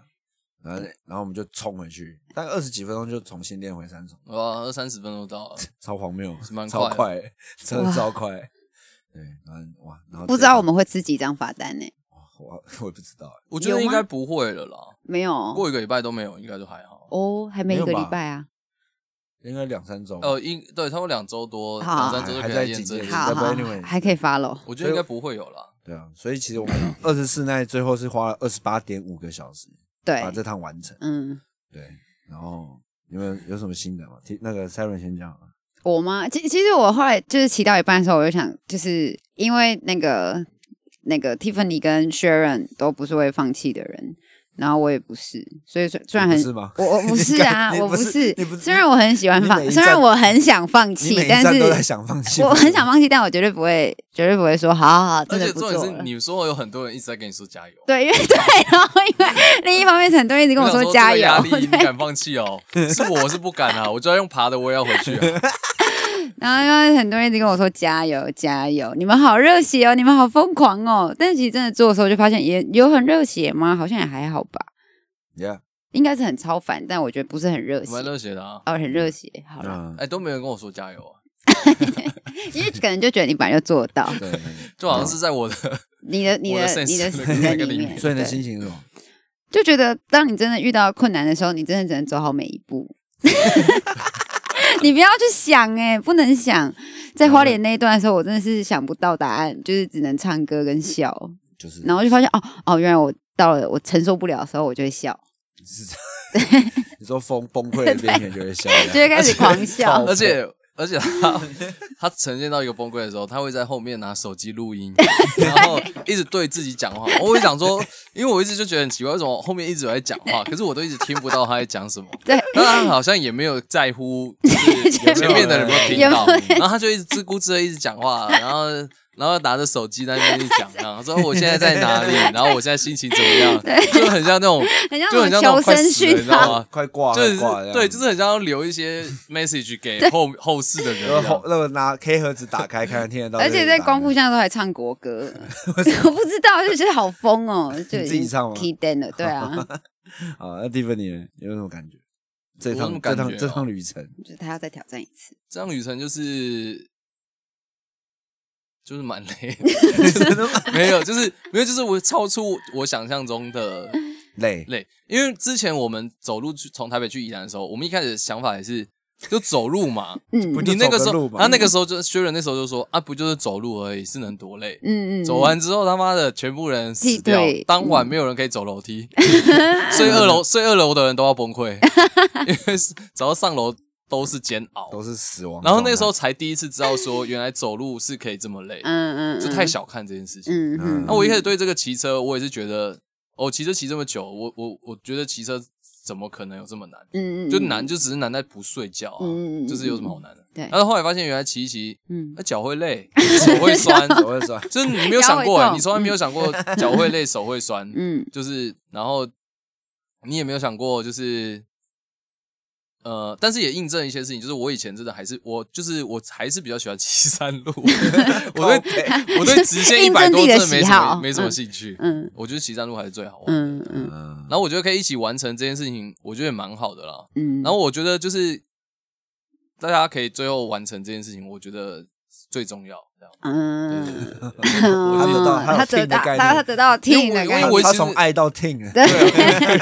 [SPEAKER 3] 然后然后我们就冲回去，大概二十几分钟就从新店回三重，
[SPEAKER 2] 哇，二三十分钟到了，
[SPEAKER 3] 超荒谬
[SPEAKER 2] 是蛮，
[SPEAKER 3] 超
[SPEAKER 2] 快的
[SPEAKER 3] 快，真的
[SPEAKER 4] 哇
[SPEAKER 3] 超快。对，然后哇，然后
[SPEAKER 4] 不知道我们会吃几张罚单呢？欸
[SPEAKER 3] 我我也不知道，
[SPEAKER 2] 我觉
[SPEAKER 4] 有
[SPEAKER 2] 得
[SPEAKER 4] 吗
[SPEAKER 2] 应该不会了啦。
[SPEAKER 4] 没有
[SPEAKER 2] 过一个礼拜都没有，应该就还好。
[SPEAKER 4] 哦，还没一个
[SPEAKER 3] 没有吧
[SPEAKER 4] 礼拜啊。
[SPEAKER 3] 应该两三周。
[SPEAKER 2] 呃，应对差不多两周多，
[SPEAKER 4] 好
[SPEAKER 2] 两三周就可
[SPEAKER 3] 还
[SPEAKER 2] 以
[SPEAKER 3] 在
[SPEAKER 2] 来验
[SPEAKER 3] 警
[SPEAKER 2] 证
[SPEAKER 3] 戒。
[SPEAKER 4] 好
[SPEAKER 3] 但不
[SPEAKER 4] 好，
[SPEAKER 3] anyway
[SPEAKER 4] 还可以 follow。
[SPEAKER 2] 我觉得应该不会有啦。
[SPEAKER 3] 对啊，所以其实我们 二十四奈最后是花了二十八点五个小时
[SPEAKER 4] 对
[SPEAKER 3] 把，这趟完成。
[SPEAKER 4] 嗯。
[SPEAKER 3] 对，然后你们有什么心得吗？提那个 Siren 先讲啊，
[SPEAKER 4] 我吗？其其实我后来就是骑到一半的时候，我就想，就是因为那个那个 Tiffany 跟 Sharon 都不是会放弃的人，然后我也不是，所以虽虽然
[SPEAKER 3] 你
[SPEAKER 4] 很
[SPEAKER 3] 不是吗
[SPEAKER 4] 我我不是 啊，
[SPEAKER 3] 你干
[SPEAKER 4] 我
[SPEAKER 3] 你不是
[SPEAKER 4] 是
[SPEAKER 3] 你不。是
[SPEAKER 4] 虽然我很喜欢
[SPEAKER 3] 你每一
[SPEAKER 4] 放，
[SPEAKER 3] 站
[SPEAKER 4] 虽然我很想放
[SPEAKER 3] 你
[SPEAKER 4] 弃
[SPEAKER 3] 每一，
[SPEAKER 4] 但
[SPEAKER 3] 站都在
[SPEAKER 4] 是
[SPEAKER 3] 想放弃，
[SPEAKER 4] 我很想放弃，但我绝对不会，绝对不会说好好好，
[SPEAKER 2] 而
[SPEAKER 4] 真的
[SPEAKER 2] 且
[SPEAKER 4] 不
[SPEAKER 2] 重
[SPEAKER 4] 做
[SPEAKER 2] 点是，
[SPEAKER 4] 了。
[SPEAKER 2] 你说有很多人一直在跟你说加油，
[SPEAKER 4] 对，因为 对，然后因为另一方面，很多人一直跟我
[SPEAKER 2] 想
[SPEAKER 4] 说
[SPEAKER 2] 说
[SPEAKER 4] 加
[SPEAKER 2] 这
[SPEAKER 4] 油
[SPEAKER 2] 个压， 力你
[SPEAKER 4] 对，
[SPEAKER 2] 敢放弃哦？ 是我是不敢啊，我就要用爬的，我也要回去 啊。
[SPEAKER 4] 然后因为很多人一直跟我说加油加油，你们好热血哦，你们好疯狂哦。但其实真的做的时候就发现也有很热血吗？好像也还好吧，
[SPEAKER 3] Yeah，
[SPEAKER 4] 应该是很超凡，但我觉得不是很热血。
[SPEAKER 2] 蛮热血的啊，
[SPEAKER 4] 哦，很热血，好了，
[SPEAKER 3] 嗯，
[SPEAKER 2] 哎，都没有人跟我说加油啊，
[SPEAKER 4] 因为可能就觉得你本来就做得到，
[SPEAKER 3] 对，
[SPEAKER 2] 就好像是在我 的
[SPEAKER 4] 你的你
[SPEAKER 2] 我
[SPEAKER 4] 的
[SPEAKER 2] 的 sense
[SPEAKER 4] 你的
[SPEAKER 2] 那个
[SPEAKER 4] 你
[SPEAKER 2] 那
[SPEAKER 4] 的
[SPEAKER 2] 个
[SPEAKER 4] 里
[SPEAKER 2] 里
[SPEAKER 4] 面，
[SPEAKER 2] 面
[SPEAKER 3] 所以你的
[SPEAKER 4] 对
[SPEAKER 3] 心情是什么？
[SPEAKER 4] 就觉得当你真的遇到困难的时候，你真的只能走好每一步。你不要去想哎、不能想。在花莲那一段的时候，我真的是想不到答案，就是只能唱歌跟笑。
[SPEAKER 3] 就是
[SPEAKER 4] 然后就发现哦哦，原来我到了我承受不了的时候，我就会笑，
[SPEAKER 3] 是你说崩崩溃的边缘就会笑，
[SPEAKER 4] 就会开始 狂笑。
[SPEAKER 2] 而且而且他 他呈现到一个崩溃的时候，他会在后面拿手机录 音，然后一直对自己讲话。我会想说，因为我一直就觉得很奇怪，为什么后面一直有在讲话，可是我都一直听不到他在讲什么。
[SPEAKER 4] 对，
[SPEAKER 2] 但他好像也没有在乎就是 前面的人有没有听到，然后他就一直自顾自的一直讲话，然后然后拿着手机在那边一直讲，然后说我现在在哪里，然后我现在心情怎么样，就很像那种
[SPEAKER 4] 很像
[SPEAKER 2] 就很
[SPEAKER 4] 那
[SPEAKER 2] 像那
[SPEAKER 4] 种求
[SPEAKER 2] 种快
[SPEAKER 4] 生
[SPEAKER 2] 死了，你
[SPEAKER 4] 训
[SPEAKER 2] 知道
[SPEAKER 4] 啊，
[SPEAKER 2] 吗？
[SPEAKER 3] 快挂，
[SPEAKER 2] 就是
[SPEAKER 3] 快挂这样
[SPEAKER 2] 对，就是很像要留一些 message 给后后世的人
[SPEAKER 3] 然
[SPEAKER 2] 一
[SPEAKER 3] 后
[SPEAKER 2] 样。
[SPEAKER 3] 那个拿 K 盒子打开，看看听得到，
[SPEAKER 4] 而且在光复
[SPEAKER 3] 下，
[SPEAKER 4] 巷的时候还唱国歌， 我不知道，就觉得好疯哦，就
[SPEAKER 3] 你自己唱吗
[SPEAKER 4] k e d a n 了，对啊，
[SPEAKER 3] 啊，那 Tiffany 呢有什么感觉？这
[SPEAKER 2] 有什么
[SPEAKER 3] 趟这
[SPEAKER 2] 感
[SPEAKER 3] 趟
[SPEAKER 2] 觉
[SPEAKER 3] 这
[SPEAKER 2] 哦
[SPEAKER 3] 趟 旅程，
[SPEAKER 4] 就是他要再挑战一次，
[SPEAKER 2] 这样旅程就是就是蛮累的，
[SPEAKER 3] 真的吗
[SPEAKER 2] 没有，就是没有，就是我超出我想象中的
[SPEAKER 3] 累，
[SPEAKER 2] 累，因为之前我们走路去从台北去宜兰的时候，我们一开始的想法也是就走路嘛，
[SPEAKER 4] 嗯
[SPEAKER 3] 不就
[SPEAKER 2] 你那个时
[SPEAKER 3] 走个
[SPEAKER 2] 候
[SPEAKER 3] 路，嘛
[SPEAKER 2] 他那个时候就薛仁那时候就说啊，不就是走路而已，是能多累？
[SPEAKER 4] 嗯嗯，
[SPEAKER 2] 走完之后，他妈的，全部人死掉
[SPEAKER 4] 屁对。
[SPEAKER 2] 当晚没有人可以走楼 梯，睡二楼睡二楼的人都要崩溃， 因为是只要上楼都是煎熬。
[SPEAKER 3] 都是死亡。
[SPEAKER 2] 然后那时候，才第一次知道说，原来走路是可以这么累，
[SPEAKER 4] 嗯，嗯嗯，
[SPEAKER 2] 这太小看这件事情。
[SPEAKER 4] 嗯，嗯嗯，
[SPEAKER 2] 那我一开始对这个骑车，我也是觉得，哦，骑车骑这么久，我我我觉得骑车怎么可能有这么难？
[SPEAKER 4] 嗯，嗯嗯，
[SPEAKER 2] 就难，就只是难在不睡觉啊
[SPEAKER 4] 嗯嗯嗯，
[SPEAKER 2] 就是有什么好难的？
[SPEAKER 4] 对
[SPEAKER 2] 但，是后来发现，原来骑一骑，
[SPEAKER 4] 嗯
[SPEAKER 2] 那脚会累， 手会酸，
[SPEAKER 3] 我会 说，
[SPEAKER 2] 就是你没有想过、欸，
[SPEAKER 4] 腰会痛
[SPEAKER 2] 你从来没有想过脚会 累、手会酸，
[SPEAKER 4] 嗯
[SPEAKER 2] 就是然后你也没有想过，就是呃，但是也印证一些事情，就是我以前真的还是我，就是我还是比较喜欢骑山 路， 我对我对直线一
[SPEAKER 4] 印
[SPEAKER 2] 百
[SPEAKER 4] 证自
[SPEAKER 2] 多
[SPEAKER 4] 己的
[SPEAKER 2] 真的没
[SPEAKER 4] 喜
[SPEAKER 2] 什
[SPEAKER 4] 好
[SPEAKER 2] 么没什么
[SPEAKER 4] 嗯
[SPEAKER 2] 兴趣，
[SPEAKER 4] 嗯
[SPEAKER 2] 我觉得骑山路还是最好玩。
[SPEAKER 4] 嗯嗯
[SPEAKER 3] 嗯，
[SPEAKER 2] 然后我觉得可以一起完成这件事情，我觉得也蛮好的啦。
[SPEAKER 4] 嗯，
[SPEAKER 2] 然后我觉得就是大家可以最后完成这件事情，我觉得最重要。这样
[SPEAKER 4] 嗯，
[SPEAKER 3] 他得到
[SPEAKER 4] 他
[SPEAKER 3] 有
[SPEAKER 4] 得
[SPEAKER 3] team 的
[SPEAKER 4] 到
[SPEAKER 3] 概
[SPEAKER 4] 他
[SPEAKER 3] 念，
[SPEAKER 4] 得到
[SPEAKER 2] 因为
[SPEAKER 4] team 的
[SPEAKER 2] 我
[SPEAKER 4] 概
[SPEAKER 2] 因
[SPEAKER 4] 念
[SPEAKER 2] 为，我
[SPEAKER 3] 他
[SPEAKER 2] 其实
[SPEAKER 3] 从爱到 team 了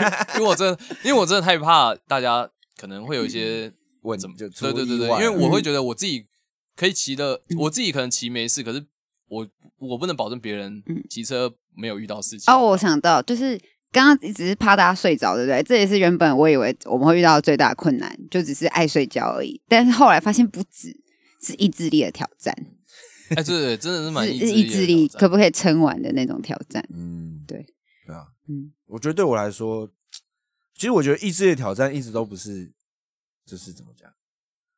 [SPEAKER 2] 啊 因为我真的，因为我真的害怕大家可能会有一些
[SPEAKER 3] 嗯问
[SPEAKER 2] 怎么
[SPEAKER 3] 就出
[SPEAKER 2] 对对对对
[SPEAKER 3] 意，外嗯
[SPEAKER 2] 因为我会觉得我自己可以骑的，
[SPEAKER 4] 嗯
[SPEAKER 2] 我自己可能骑没事，可是我我不能保证别人
[SPEAKER 4] 嗯
[SPEAKER 2] 骑车没有遇到事情。
[SPEAKER 4] 哦，我想到就是刚刚只是怕大家睡着，对不对？这也是原本我以为我们会遇到的最大的困难，就只是爱睡觉而已。但是后来发现不止，是意志力的挑战，
[SPEAKER 2] 哎，对对，真的是蛮
[SPEAKER 4] 是
[SPEAKER 2] 意志
[SPEAKER 4] 是意
[SPEAKER 2] 的
[SPEAKER 4] 志力
[SPEAKER 2] 挑战
[SPEAKER 4] 可不可以撑完的那种挑战。
[SPEAKER 3] 嗯，
[SPEAKER 4] 对，
[SPEAKER 3] 对啊，
[SPEAKER 4] 嗯
[SPEAKER 3] 我觉得对我来说，其实我觉得意志力的挑战一直都不是，就是怎么讲，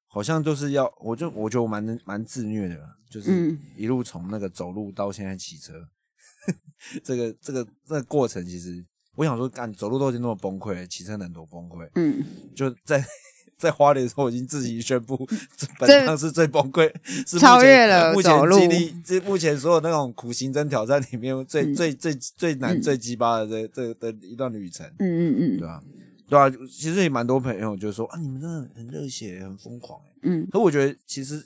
[SPEAKER 3] 好像就是要，我就我觉得我蛮能蛮自虐的啦，就是
[SPEAKER 4] 嗯
[SPEAKER 3] 一路从那个走路到现在骑车， 这个这个这个过程，其实我想说，干走路都已经那么崩溃了，骑车能多崩溃？
[SPEAKER 4] 嗯，
[SPEAKER 3] 就在在花莲的时候，我已经自己宣布，这
[SPEAKER 4] 这
[SPEAKER 3] 本趟是最崩溃，是目前
[SPEAKER 4] 超越了
[SPEAKER 3] 目前
[SPEAKER 4] 走路
[SPEAKER 3] 经历这目前所有那种苦行僧挑战里面最、
[SPEAKER 4] 嗯
[SPEAKER 3] 最最最难、
[SPEAKER 4] 嗯
[SPEAKER 3] 最鸡巴的这这的一段旅程，
[SPEAKER 4] 嗯嗯
[SPEAKER 3] 对
[SPEAKER 4] 嗯
[SPEAKER 3] 啊？对啊，其实也蛮多朋友就说啊，你们真的很热血，很疯狂、欸。
[SPEAKER 4] 嗯，
[SPEAKER 3] 可我觉得其实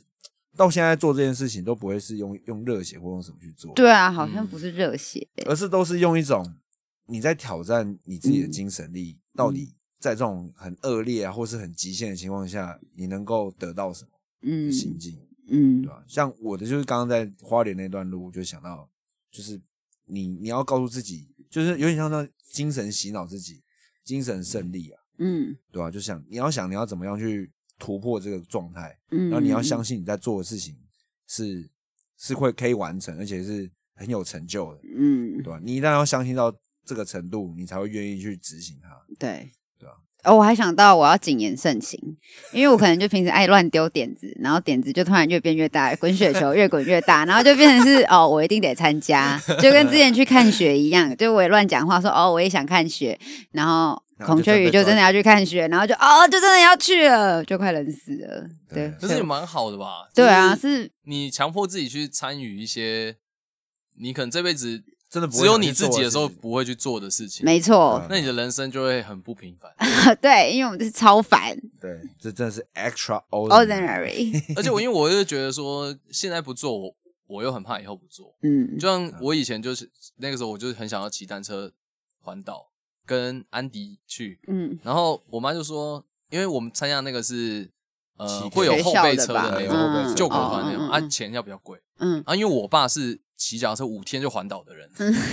[SPEAKER 3] 到现在做这件事情都不会是用用热血或用什么去做，
[SPEAKER 4] 对啊，好像不是热血、
[SPEAKER 3] 而是都是用一种你在挑战你自己
[SPEAKER 4] 嗯
[SPEAKER 3] 的精神力，到底在这种很恶劣啊，或是很极限的情况下，你能够得到什么
[SPEAKER 4] 嗯
[SPEAKER 3] 的心境，
[SPEAKER 4] 嗯
[SPEAKER 3] 对啊吧、像我的就是刚刚在花莲那段路，我就想到，就是你你要告诉自己，就是有点像那精神洗脑自己，精神胜利啊，
[SPEAKER 4] 嗯
[SPEAKER 3] 对吧、就想你要想你要怎么样去突破这个状态，
[SPEAKER 4] 嗯，
[SPEAKER 3] 然后你要相信你在做的事情是是会可以完成，而且是很有成就的。
[SPEAKER 4] 嗯
[SPEAKER 3] 对吧、你一旦要相信到这个程度，你才会愿意去执行它。
[SPEAKER 4] 对
[SPEAKER 3] 对啊。
[SPEAKER 4] 哦，我还想到我要谨言慎行，因为我可能就平时爱乱丢点子，然后点子就突然越变越大，滚雪球越滚越大，然后就变成是哦，我一定得参加，就跟之前去看雪一样，就我也乱讲话说哦，我也想看雪，然后
[SPEAKER 3] 然后
[SPEAKER 4] 孔
[SPEAKER 3] 就
[SPEAKER 4] 雀
[SPEAKER 3] 真
[SPEAKER 4] 鱼
[SPEAKER 3] 的
[SPEAKER 4] 就
[SPEAKER 3] 抓
[SPEAKER 4] 真的要去看雪，然后就哦，就真的要去了，就快冷死了。对
[SPEAKER 3] 对，
[SPEAKER 2] 可是也蛮好的吧？
[SPEAKER 4] 对啊，
[SPEAKER 2] 就是
[SPEAKER 4] 是
[SPEAKER 2] 你强迫自己去参与一些你可能这辈子
[SPEAKER 3] 真的不会
[SPEAKER 2] 只有
[SPEAKER 3] 想去
[SPEAKER 2] 你自
[SPEAKER 3] 做
[SPEAKER 2] 己
[SPEAKER 3] 的
[SPEAKER 2] 的时候
[SPEAKER 3] 事情
[SPEAKER 2] 不会去做的事情，
[SPEAKER 4] 没错，
[SPEAKER 2] 那你的人生就会很不平 凡。
[SPEAKER 4] 对，因为我们这是超凡
[SPEAKER 3] 对，这真的是 extra ordinary。
[SPEAKER 4] ordinary，
[SPEAKER 2] 而且我因为我就觉得说，现在不做我我又很怕以后不做。
[SPEAKER 4] 嗯
[SPEAKER 2] 就像我以前就是那个时候，我就是很想要骑单车环岛，跟安迪去。
[SPEAKER 4] 嗯
[SPEAKER 2] 然后我妈就说，因为我们参加那个是
[SPEAKER 3] 骑
[SPEAKER 2] 呃
[SPEAKER 3] 天
[SPEAKER 2] 会有后备车的那
[SPEAKER 4] 学校的吧
[SPEAKER 2] 种
[SPEAKER 4] 嗯
[SPEAKER 2] 救国团那
[SPEAKER 4] 嗯
[SPEAKER 2] 种，
[SPEAKER 4] 嗯
[SPEAKER 2] 啊
[SPEAKER 4] 嗯
[SPEAKER 2] 钱要比较贵
[SPEAKER 4] 嗯，
[SPEAKER 2] 啊，因为我爸是骑脚踏车五天就环岛的人，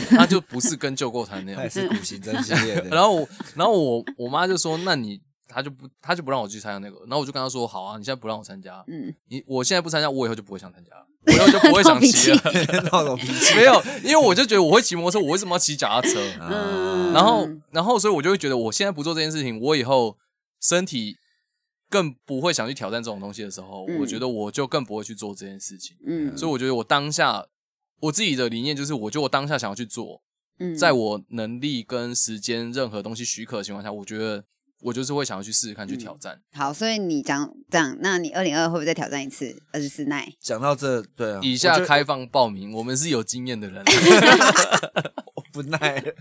[SPEAKER 2] 他就不是跟救国团那
[SPEAKER 3] 他也
[SPEAKER 2] 样。
[SPEAKER 3] 是苦行僧系列的，
[SPEAKER 2] 然后我然后我我妈就说，那你。他就不，他就不让我去参加那个，然后我就跟他说：“好啊，你现在不让我参加，
[SPEAKER 4] 嗯
[SPEAKER 2] 你我现在不参加，我以后就不会想参加了，我以后就不会想骑了。”
[SPEAKER 3] 闹种脾气。
[SPEAKER 2] 没有，因为我就觉得我会骑摩托车，我为什么要骑脚踏车？
[SPEAKER 3] 啊
[SPEAKER 2] 然后，然后，所以我就会觉得，我现在不做这件事情，我以后身体更不会想去挑战这种东西的时候，
[SPEAKER 4] 嗯
[SPEAKER 2] 我觉得我就更不会去做这件事情。
[SPEAKER 4] 嗯
[SPEAKER 2] 所以我觉得我当下我自己的理念就是，我觉得我当下想要去做，
[SPEAKER 4] 嗯，
[SPEAKER 2] 在我能力跟时间任何东西许可的情况下，我觉得我就是会想要去试试
[SPEAKER 3] 嗯
[SPEAKER 2] 看，去挑战。
[SPEAKER 4] 好，所以你讲这样，那你二零二会不会再挑战一次二十四耐？
[SPEAKER 3] 讲到这，对啊，
[SPEAKER 2] 以
[SPEAKER 3] 我
[SPEAKER 2] 下
[SPEAKER 3] 就
[SPEAKER 2] 开放报名，我们是有经验的 人，
[SPEAKER 3] 我不耐 了，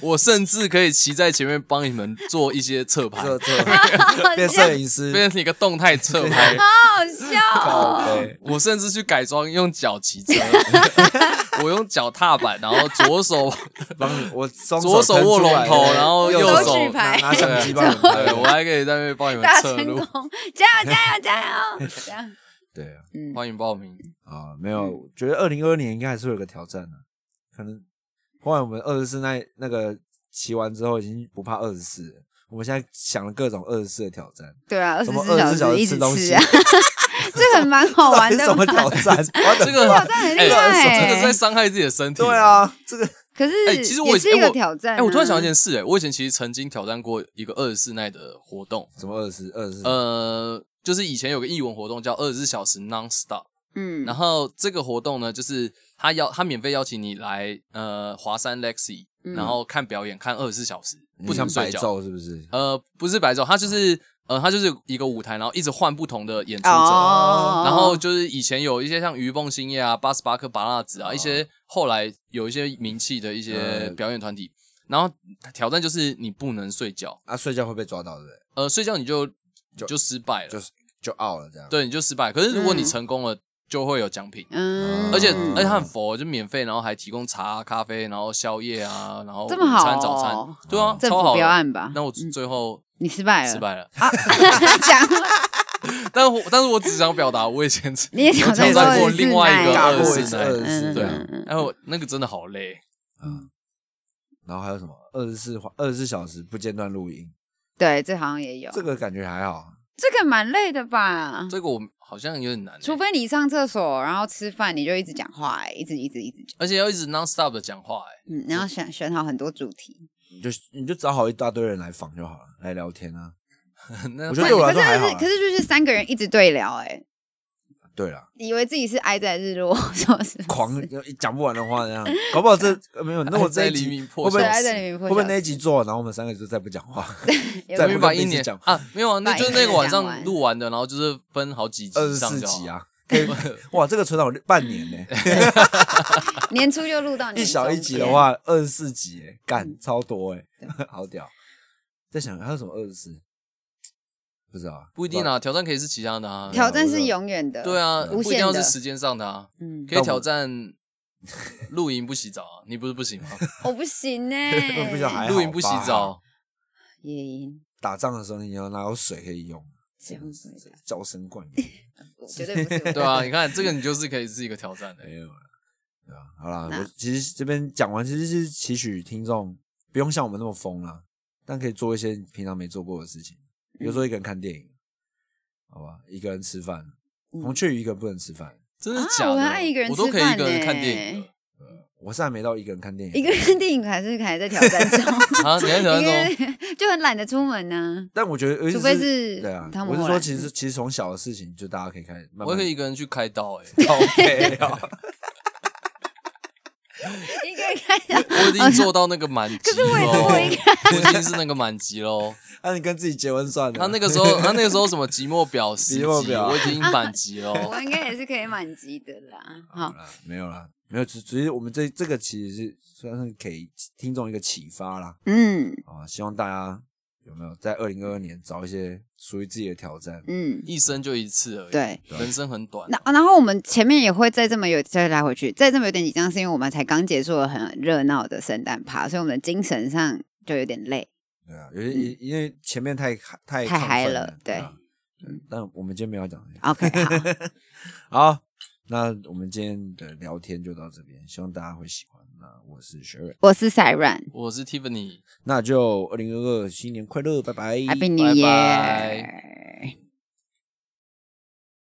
[SPEAKER 2] 我甚至可以骑在前面帮你们做一些 侧拍。
[SPEAKER 3] 这这变摄影 师，
[SPEAKER 2] 变成一个动态侧 拍。
[SPEAKER 4] 好笑哦
[SPEAKER 3] 靠背
[SPEAKER 2] 我甚至去改装用脚骑 车，我用脚踏板，然后左 手
[SPEAKER 3] 帮你我双
[SPEAKER 2] 左手
[SPEAKER 3] 手
[SPEAKER 2] 握龙头，
[SPEAKER 3] 对
[SPEAKER 2] 然后
[SPEAKER 3] 右
[SPEAKER 2] 手
[SPEAKER 4] 手举牌
[SPEAKER 3] 拿拿相机帮你
[SPEAKER 2] 对
[SPEAKER 3] 拍
[SPEAKER 2] 我还可以在那边帮你们
[SPEAKER 4] 大
[SPEAKER 2] 测
[SPEAKER 4] 成
[SPEAKER 2] 路，
[SPEAKER 4] 功，加油加油加油！这样，
[SPEAKER 3] 对啊
[SPEAKER 4] 嗯，
[SPEAKER 2] 欢迎报 名。
[SPEAKER 3] 啊，没有，我觉得二零二二年应该还是会有个挑战的、啊可能后来我们二十四那那个骑完之后已经不怕二十四，我们现在想了各种二十四的挑战，
[SPEAKER 4] 对啊，二十
[SPEAKER 3] 什么
[SPEAKER 4] 四
[SPEAKER 3] 二十四
[SPEAKER 4] 时
[SPEAKER 3] 时
[SPEAKER 4] 一直
[SPEAKER 3] 吃东
[SPEAKER 4] 吃
[SPEAKER 3] 西
[SPEAKER 4] 啊，， 这很蛮好玩
[SPEAKER 3] 到底 什么
[SPEAKER 4] 的嘛。
[SPEAKER 3] 挑 战？
[SPEAKER 2] 这个
[SPEAKER 4] 挑战很厉害欸
[SPEAKER 2] 哎这个在伤害自己的身体。
[SPEAKER 3] 对，啊，这个
[SPEAKER 4] 可
[SPEAKER 2] 哎
[SPEAKER 4] 是
[SPEAKER 2] 其实我
[SPEAKER 4] 也是一
[SPEAKER 2] 哎
[SPEAKER 4] 个
[SPEAKER 2] 我
[SPEAKER 4] 挑战啊。
[SPEAKER 2] 哎，我突然想到一件事，哎，我以前其实曾经挑战过一个二十四耐的活动，
[SPEAKER 3] 什么二十四二十四？
[SPEAKER 2] 呃，就是以前有个译文活动叫二十四小时 non stop。
[SPEAKER 4] 嗯，
[SPEAKER 2] 然
[SPEAKER 4] 后
[SPEAKER 2] 后这个活动呢，就是他邀他免费邀请你来呃华山 Lexi，、
[SPEAKER 4] 嗯
[SPEAKER 2] 然后看表演，看二十四小时，不
[SPEAKER 3] 像
[SPEAKER 2] 能睡
[SPEAKER 3] 白
[SPEAKER 2] 觉。
[SPEAKER 3] 昼是 不是？
[SPEAKER 2] 呃，不是白昼，他就是呃，他就是一个舞台，然后一直换不同的演出者。
[SPEAKER 4] 哦，
[SPEAKER 2] 啊然后就是以前有一些像于凤兴业啊、八十八颗拔蜡子啊，一些后来有一些名气的一些
[SPEAKER 3] 呃
[SPEAKER 2] 表演团体，然后挑战就是你不能睡觉，
[SPEAKER 3] 啊，睡觉会被抓到对不对？
[SPEAKER 2] 呃，睡觉你就
[SPEAKER 3] 就
[SPEAKER 2] 就失败了，
[SPEAKER 3] 就是就 out 了这样。
[SPEAKER 2] 对，你就失败。可是如果你成功了，就会有奖品。
[SPEAKER 4] 嗯，
[SPEAKER 2] 而且哎
[SPEAKER 3] 嗯
[SPEAKER 2] 而且它很佛，就免费，然后还提供茶、咖啡，然后宵夜啊，然后
[SPEAKER 4] 这么好
[SPEAKER 2] 午餐、早
[SPEAKER 4] 哦
[SPEAKER 2] 餐，对啊，
[SPEAKER 4] 政
[SPEAKER 2] 超
[SPEAKER 4] 府
[SPEAKER 2] 好
[SPEAKER 4] 标
[SPEAKER 2] 的。
[SPEAKER 4] 案吧？
[SPEAKER 2] 那我最后
[SPEAKER 4] 你失败了，
[SPEAKER 2] 失败了，
[SPEAKER 4] 讲
[SPEAKER 2] 但我但是我只想表达，我以前
[SPEAKER 4] 你也
[SPEAKER 2] 挑
[SPEAKER 4] 挑
[SPEAKER 2] 战
[SPEAKER 4] 战
[SPEAKER 2] 过
[SPEAKER 4] 过一次
[SPEAKER 2] 另外一个
[SPEAKER 4] 奶
[SPEAKER 3] 尬
[SPEAKER 2] 二
[SPEAKER 3] 过一
[SPEAKER 2] 次
[SPEAKER 3] 次
[SPEAKER 2] 奶
[SPEAKER 3] 二，十四
[SPEAKER 2] 对
[SPEAKER 4] 嗯
[SPEAKER 3] 这
[SPEAKER 2] 啊
[SPEAKER 3] 样，
[SPEAKER 2] 哎呦，那个真的好累，
[SPEAKER 3] 嗯，然后还有什么二十四二十四小时不间断录音，
[SPEAKER 4] 对，这好像也有，
[SPEAKER 3] 这个感觉还好，啊
[SPEAKER 4] 这个蛮累的吧？
[SPEAKER 2] 这个我好像有点难欸，
[SPEAKER 4] 除非你上厕所，然后吃饭，你就一直讲话、哎一直一直一直讲，
[SPEAKER 2] 而且要一直 non stop 的讲话，哎，
[SPEAKER 4] 嗯，然后选选好很多主题。
[SPEAKER 3] 你就你就找好一大堆人来访就好了，来聊天啊。
[SPEAKER 2] 那
[SPEAKER 3] 我觉得
[SPEAKER 4] 可是
[SPEAKER 3] 对我来
[SPEAKER 4] 可
[SPEAKER 3] 说还好
[SPEAKER 4] 是
[SPEAKER 3] 啊
[SPEAKER 4] 可是就是三个人一直对聊、哎，
[SPEAKER 3] 对啦，
[SPEAKER 4] 以为自己是挨在日落， 说是不是
[SPEAKER 3] 狂讲不完的话那样，搞不好 这呃没有，那我这
[SPEAKER 2] 在
[SPEAKER 3] 一
[SPEAKER 2] 黎
[SPEAKER 3] 集
[SPEAKER 2] 明
[SPEAKER 3] 会
[SPEAKER 2] 破晓
[SPEAKER 3] 不会
[SPEAKER 4] 对
[SPEAKER 2] 时，
[SPEAKER 4] 挨在里面
[SPEAKER 3] 会
[SPEAKER 4] 破
[SPEAKER 3] 不会
[SPEAKER 4] 晓
[SPEAKER 3] 那一集做完，然后我们三个就再不讲话？
[SPEAKER 4] 也
[SPEAKER 3] 再
[SPEAKER 2] 我们
[SPEAKER 3] 不
[SPEAKER 4] 不 是
[SPEAKER 2] 把
[SPEAKER 3] 跟彼
[SPEAKER 2] 一
[SPEAKER 3] 此
[SPEAKER 2] 年
[SPEAKER 3] 讲
[SPEAKER 2] 啊，没有啊，那
[SPEAKER 4] 把
[SPEAKER 2] 就是
[SPEAKER 4] 一
[SPEAKER 2] 那
[SPEAKER 4] 年
[SPEAKER 2] 个晚
[SPEAKER 4] 讲完
[SPEAKER 2] 上录完的，然后就是分好几集
[SPEAKER 3] 二十
[SPEAKER 2] 上
[SPEAKER 3] 四
[SPEAKER 2] 就好
[SPEAKER 3] 集，啊，可以哇，这个存档半年 呢，
[SPEAKER 4] 年初就录 到
[SPEAKER 3] 一
[SPEAKER 4] 年
[SPEAKER 3] 小
[SPEAKER 4] 中
[SPEAKER 3] 一集的
[SPEAKER 4] 间，
[SPEAKER 3] 话二十四集欸，干超多哎， 好屌。在想还有什么二十四？不知道啊，
[SPEAKER 2] 不一定啊，挑战可以是其他的 啊，
[SPEAKER 4] 挑
[SPEAKER 3] 嗯
[SPEAKER 4] 战是永远的，
[SPEAKER 2] 对
[SPEAKER 4] 啊，
[SPEAKER 2] 啊，
[SPEAKER 4] 无
[SPEAKER 2] 不一定
[SPEAKER 4] 限
[SPEAKER 2] 要
[SPEAKER 4] 的
[SPEAKER 2] 是时间上的啊，
[SPEAKER 4] 嗯，
[SPEAKER 2] 可以挑战露营不洗澡啊，你不是不行吗？
[SPEAKER 4] 我不行呢、欸
[SPEAKER 3] 我不知道还好
[SPEAKER 2] 露营不洗澡，
[SPEAKER 4] 野营
[SPEAKER 3] 打仗的时候你要哪有水可以用？
[SPEAKER 4] 这样子，啊
[SPEAKER 3] 娇生惯养
[SPEAKER 4] 我绝对不是我
[SPEAKER 2] 对啊，你看这个你就是可以是一个挑战的
[SPEAKER 3] 没，有了，对啊，好啦，
[SPEAKER 4] 那
[SPEAKER 3] 我其实这边讲完，其实是期许听众不用像我们那么疯啦，但可以做一些平常没做过的事情，比如说一个人看电影，好吧，一个人吃饭，
[SPEAKER 4] 嗯
[SPEAKER 3] 孔雀鱼一个人不能吃饭，
[SPEAKER 2] 真的
[SPEAKER 4] 啊
[SPEAKER 2] 假的？
[SPEAKER 4] 我很爱一个人
[SPEAKER 2] 我都
[SPEAKER 4] 吃
[SPEAKER 2] 可以一
[SPEAKER 4] 饭
[SPEAKER 2] 个人看
[SPEAKER 4] 呢
[SPEAKER 2] 电影了
[SPEAKER 3] 我是还没到一个人看电影，
[SPEAKER 4] 一个人电影还是还在挑战 中，
[SPEAKER 2] 啊！你在挑 战
[SPEAKER 4] 一个
[SPEAKER 2] 中，
[SPEAKER 4] 人就很懒得出门呢、
[SPEAKER 3] 但我觉得尤其，
[SPEAKER 4] 除非是
[SPEAKER 3] 对啊
[SPEAKER 4] 汤，姆
[SPEAKER 3] 我是
[SPEAKER 4] 霍
[SPEAKER 3] 说，
[SPEAKER 4] 兰
[SPEAKER 3] 其实其实从小的事情就大家可以开始慢慢，
[SPEAKER 2] 我也可以一个人去开刀哎、
[SPEAKER 3] 靠背啊，
[SPEAKER 4] 一个人看到
[SPEAKER 2] 我已经做到那个满级喽。哦可是我
[SPEAKER 4] 也做过一 个
[SPEAKER 2] 已经是那个满级喽。
[SPEAKER 3] 那你跟自己结婚算了，
[SPEAKER 2] 他那个时候，他那个时候什么即墨 表十级，
[SPEAKER 3] 即墨表
[SPEAKER 2] 我已经满级喽。
[SPEAKER 4] 我应该也是可以满级的啦。
[SPEAKER 3] 好
[SPEAKER 4] 好，
[SPEAKER 3] 啦，没有啦，没有，只只是我们这这个其实是算是给听众一个启发啦。
[SPEAKER 4] 嗯
[SPEAKER 3] 啊，希望大家有没有在二零二二年找一些属于自己的挑战？
[SPEAKER 4] 嗯，
[SPEAKER 2] 一生就一次而已，
[SPEAKER 4] 对。
[SPEAKER 2] 人生很短。
[SPEAKER 4] 那然后我们前面也会再这么有再来回去，再这么有点紧张，是因为我们才刚结束了很热闹的圣诞趴，所以我们的精神上就有点累。
[SPEAKER 3] 对啊，有些因因为前面太太
[SPEAKER 4] 嗯太
[SPEAKER 3] 亢
[SPEAKER 4] 嗨
[SPEAKER 3] 奋
[SPEAKER 4] 了
[SPEAKER 3] 啊嗯但我们今天没有讲这个
[SPEAKER 4] OK，好，
[SPEAKER 3] 好，那我们今天的聊天就到这边，希望大家会喜欢。那我是学瑞，
[SPEAKER 4] 我是赛软
[SPEAKER 2] 我是 Tiffany，
[SPEAKER 3] 那就二零二二新年快乐，拜拜，
[SPEAKER 4] ，Happy
[SPEAKER 2] 拜
[SPEAKER 4] New
[SPEAKER 2] 拜
[SPEAKER 4] Year。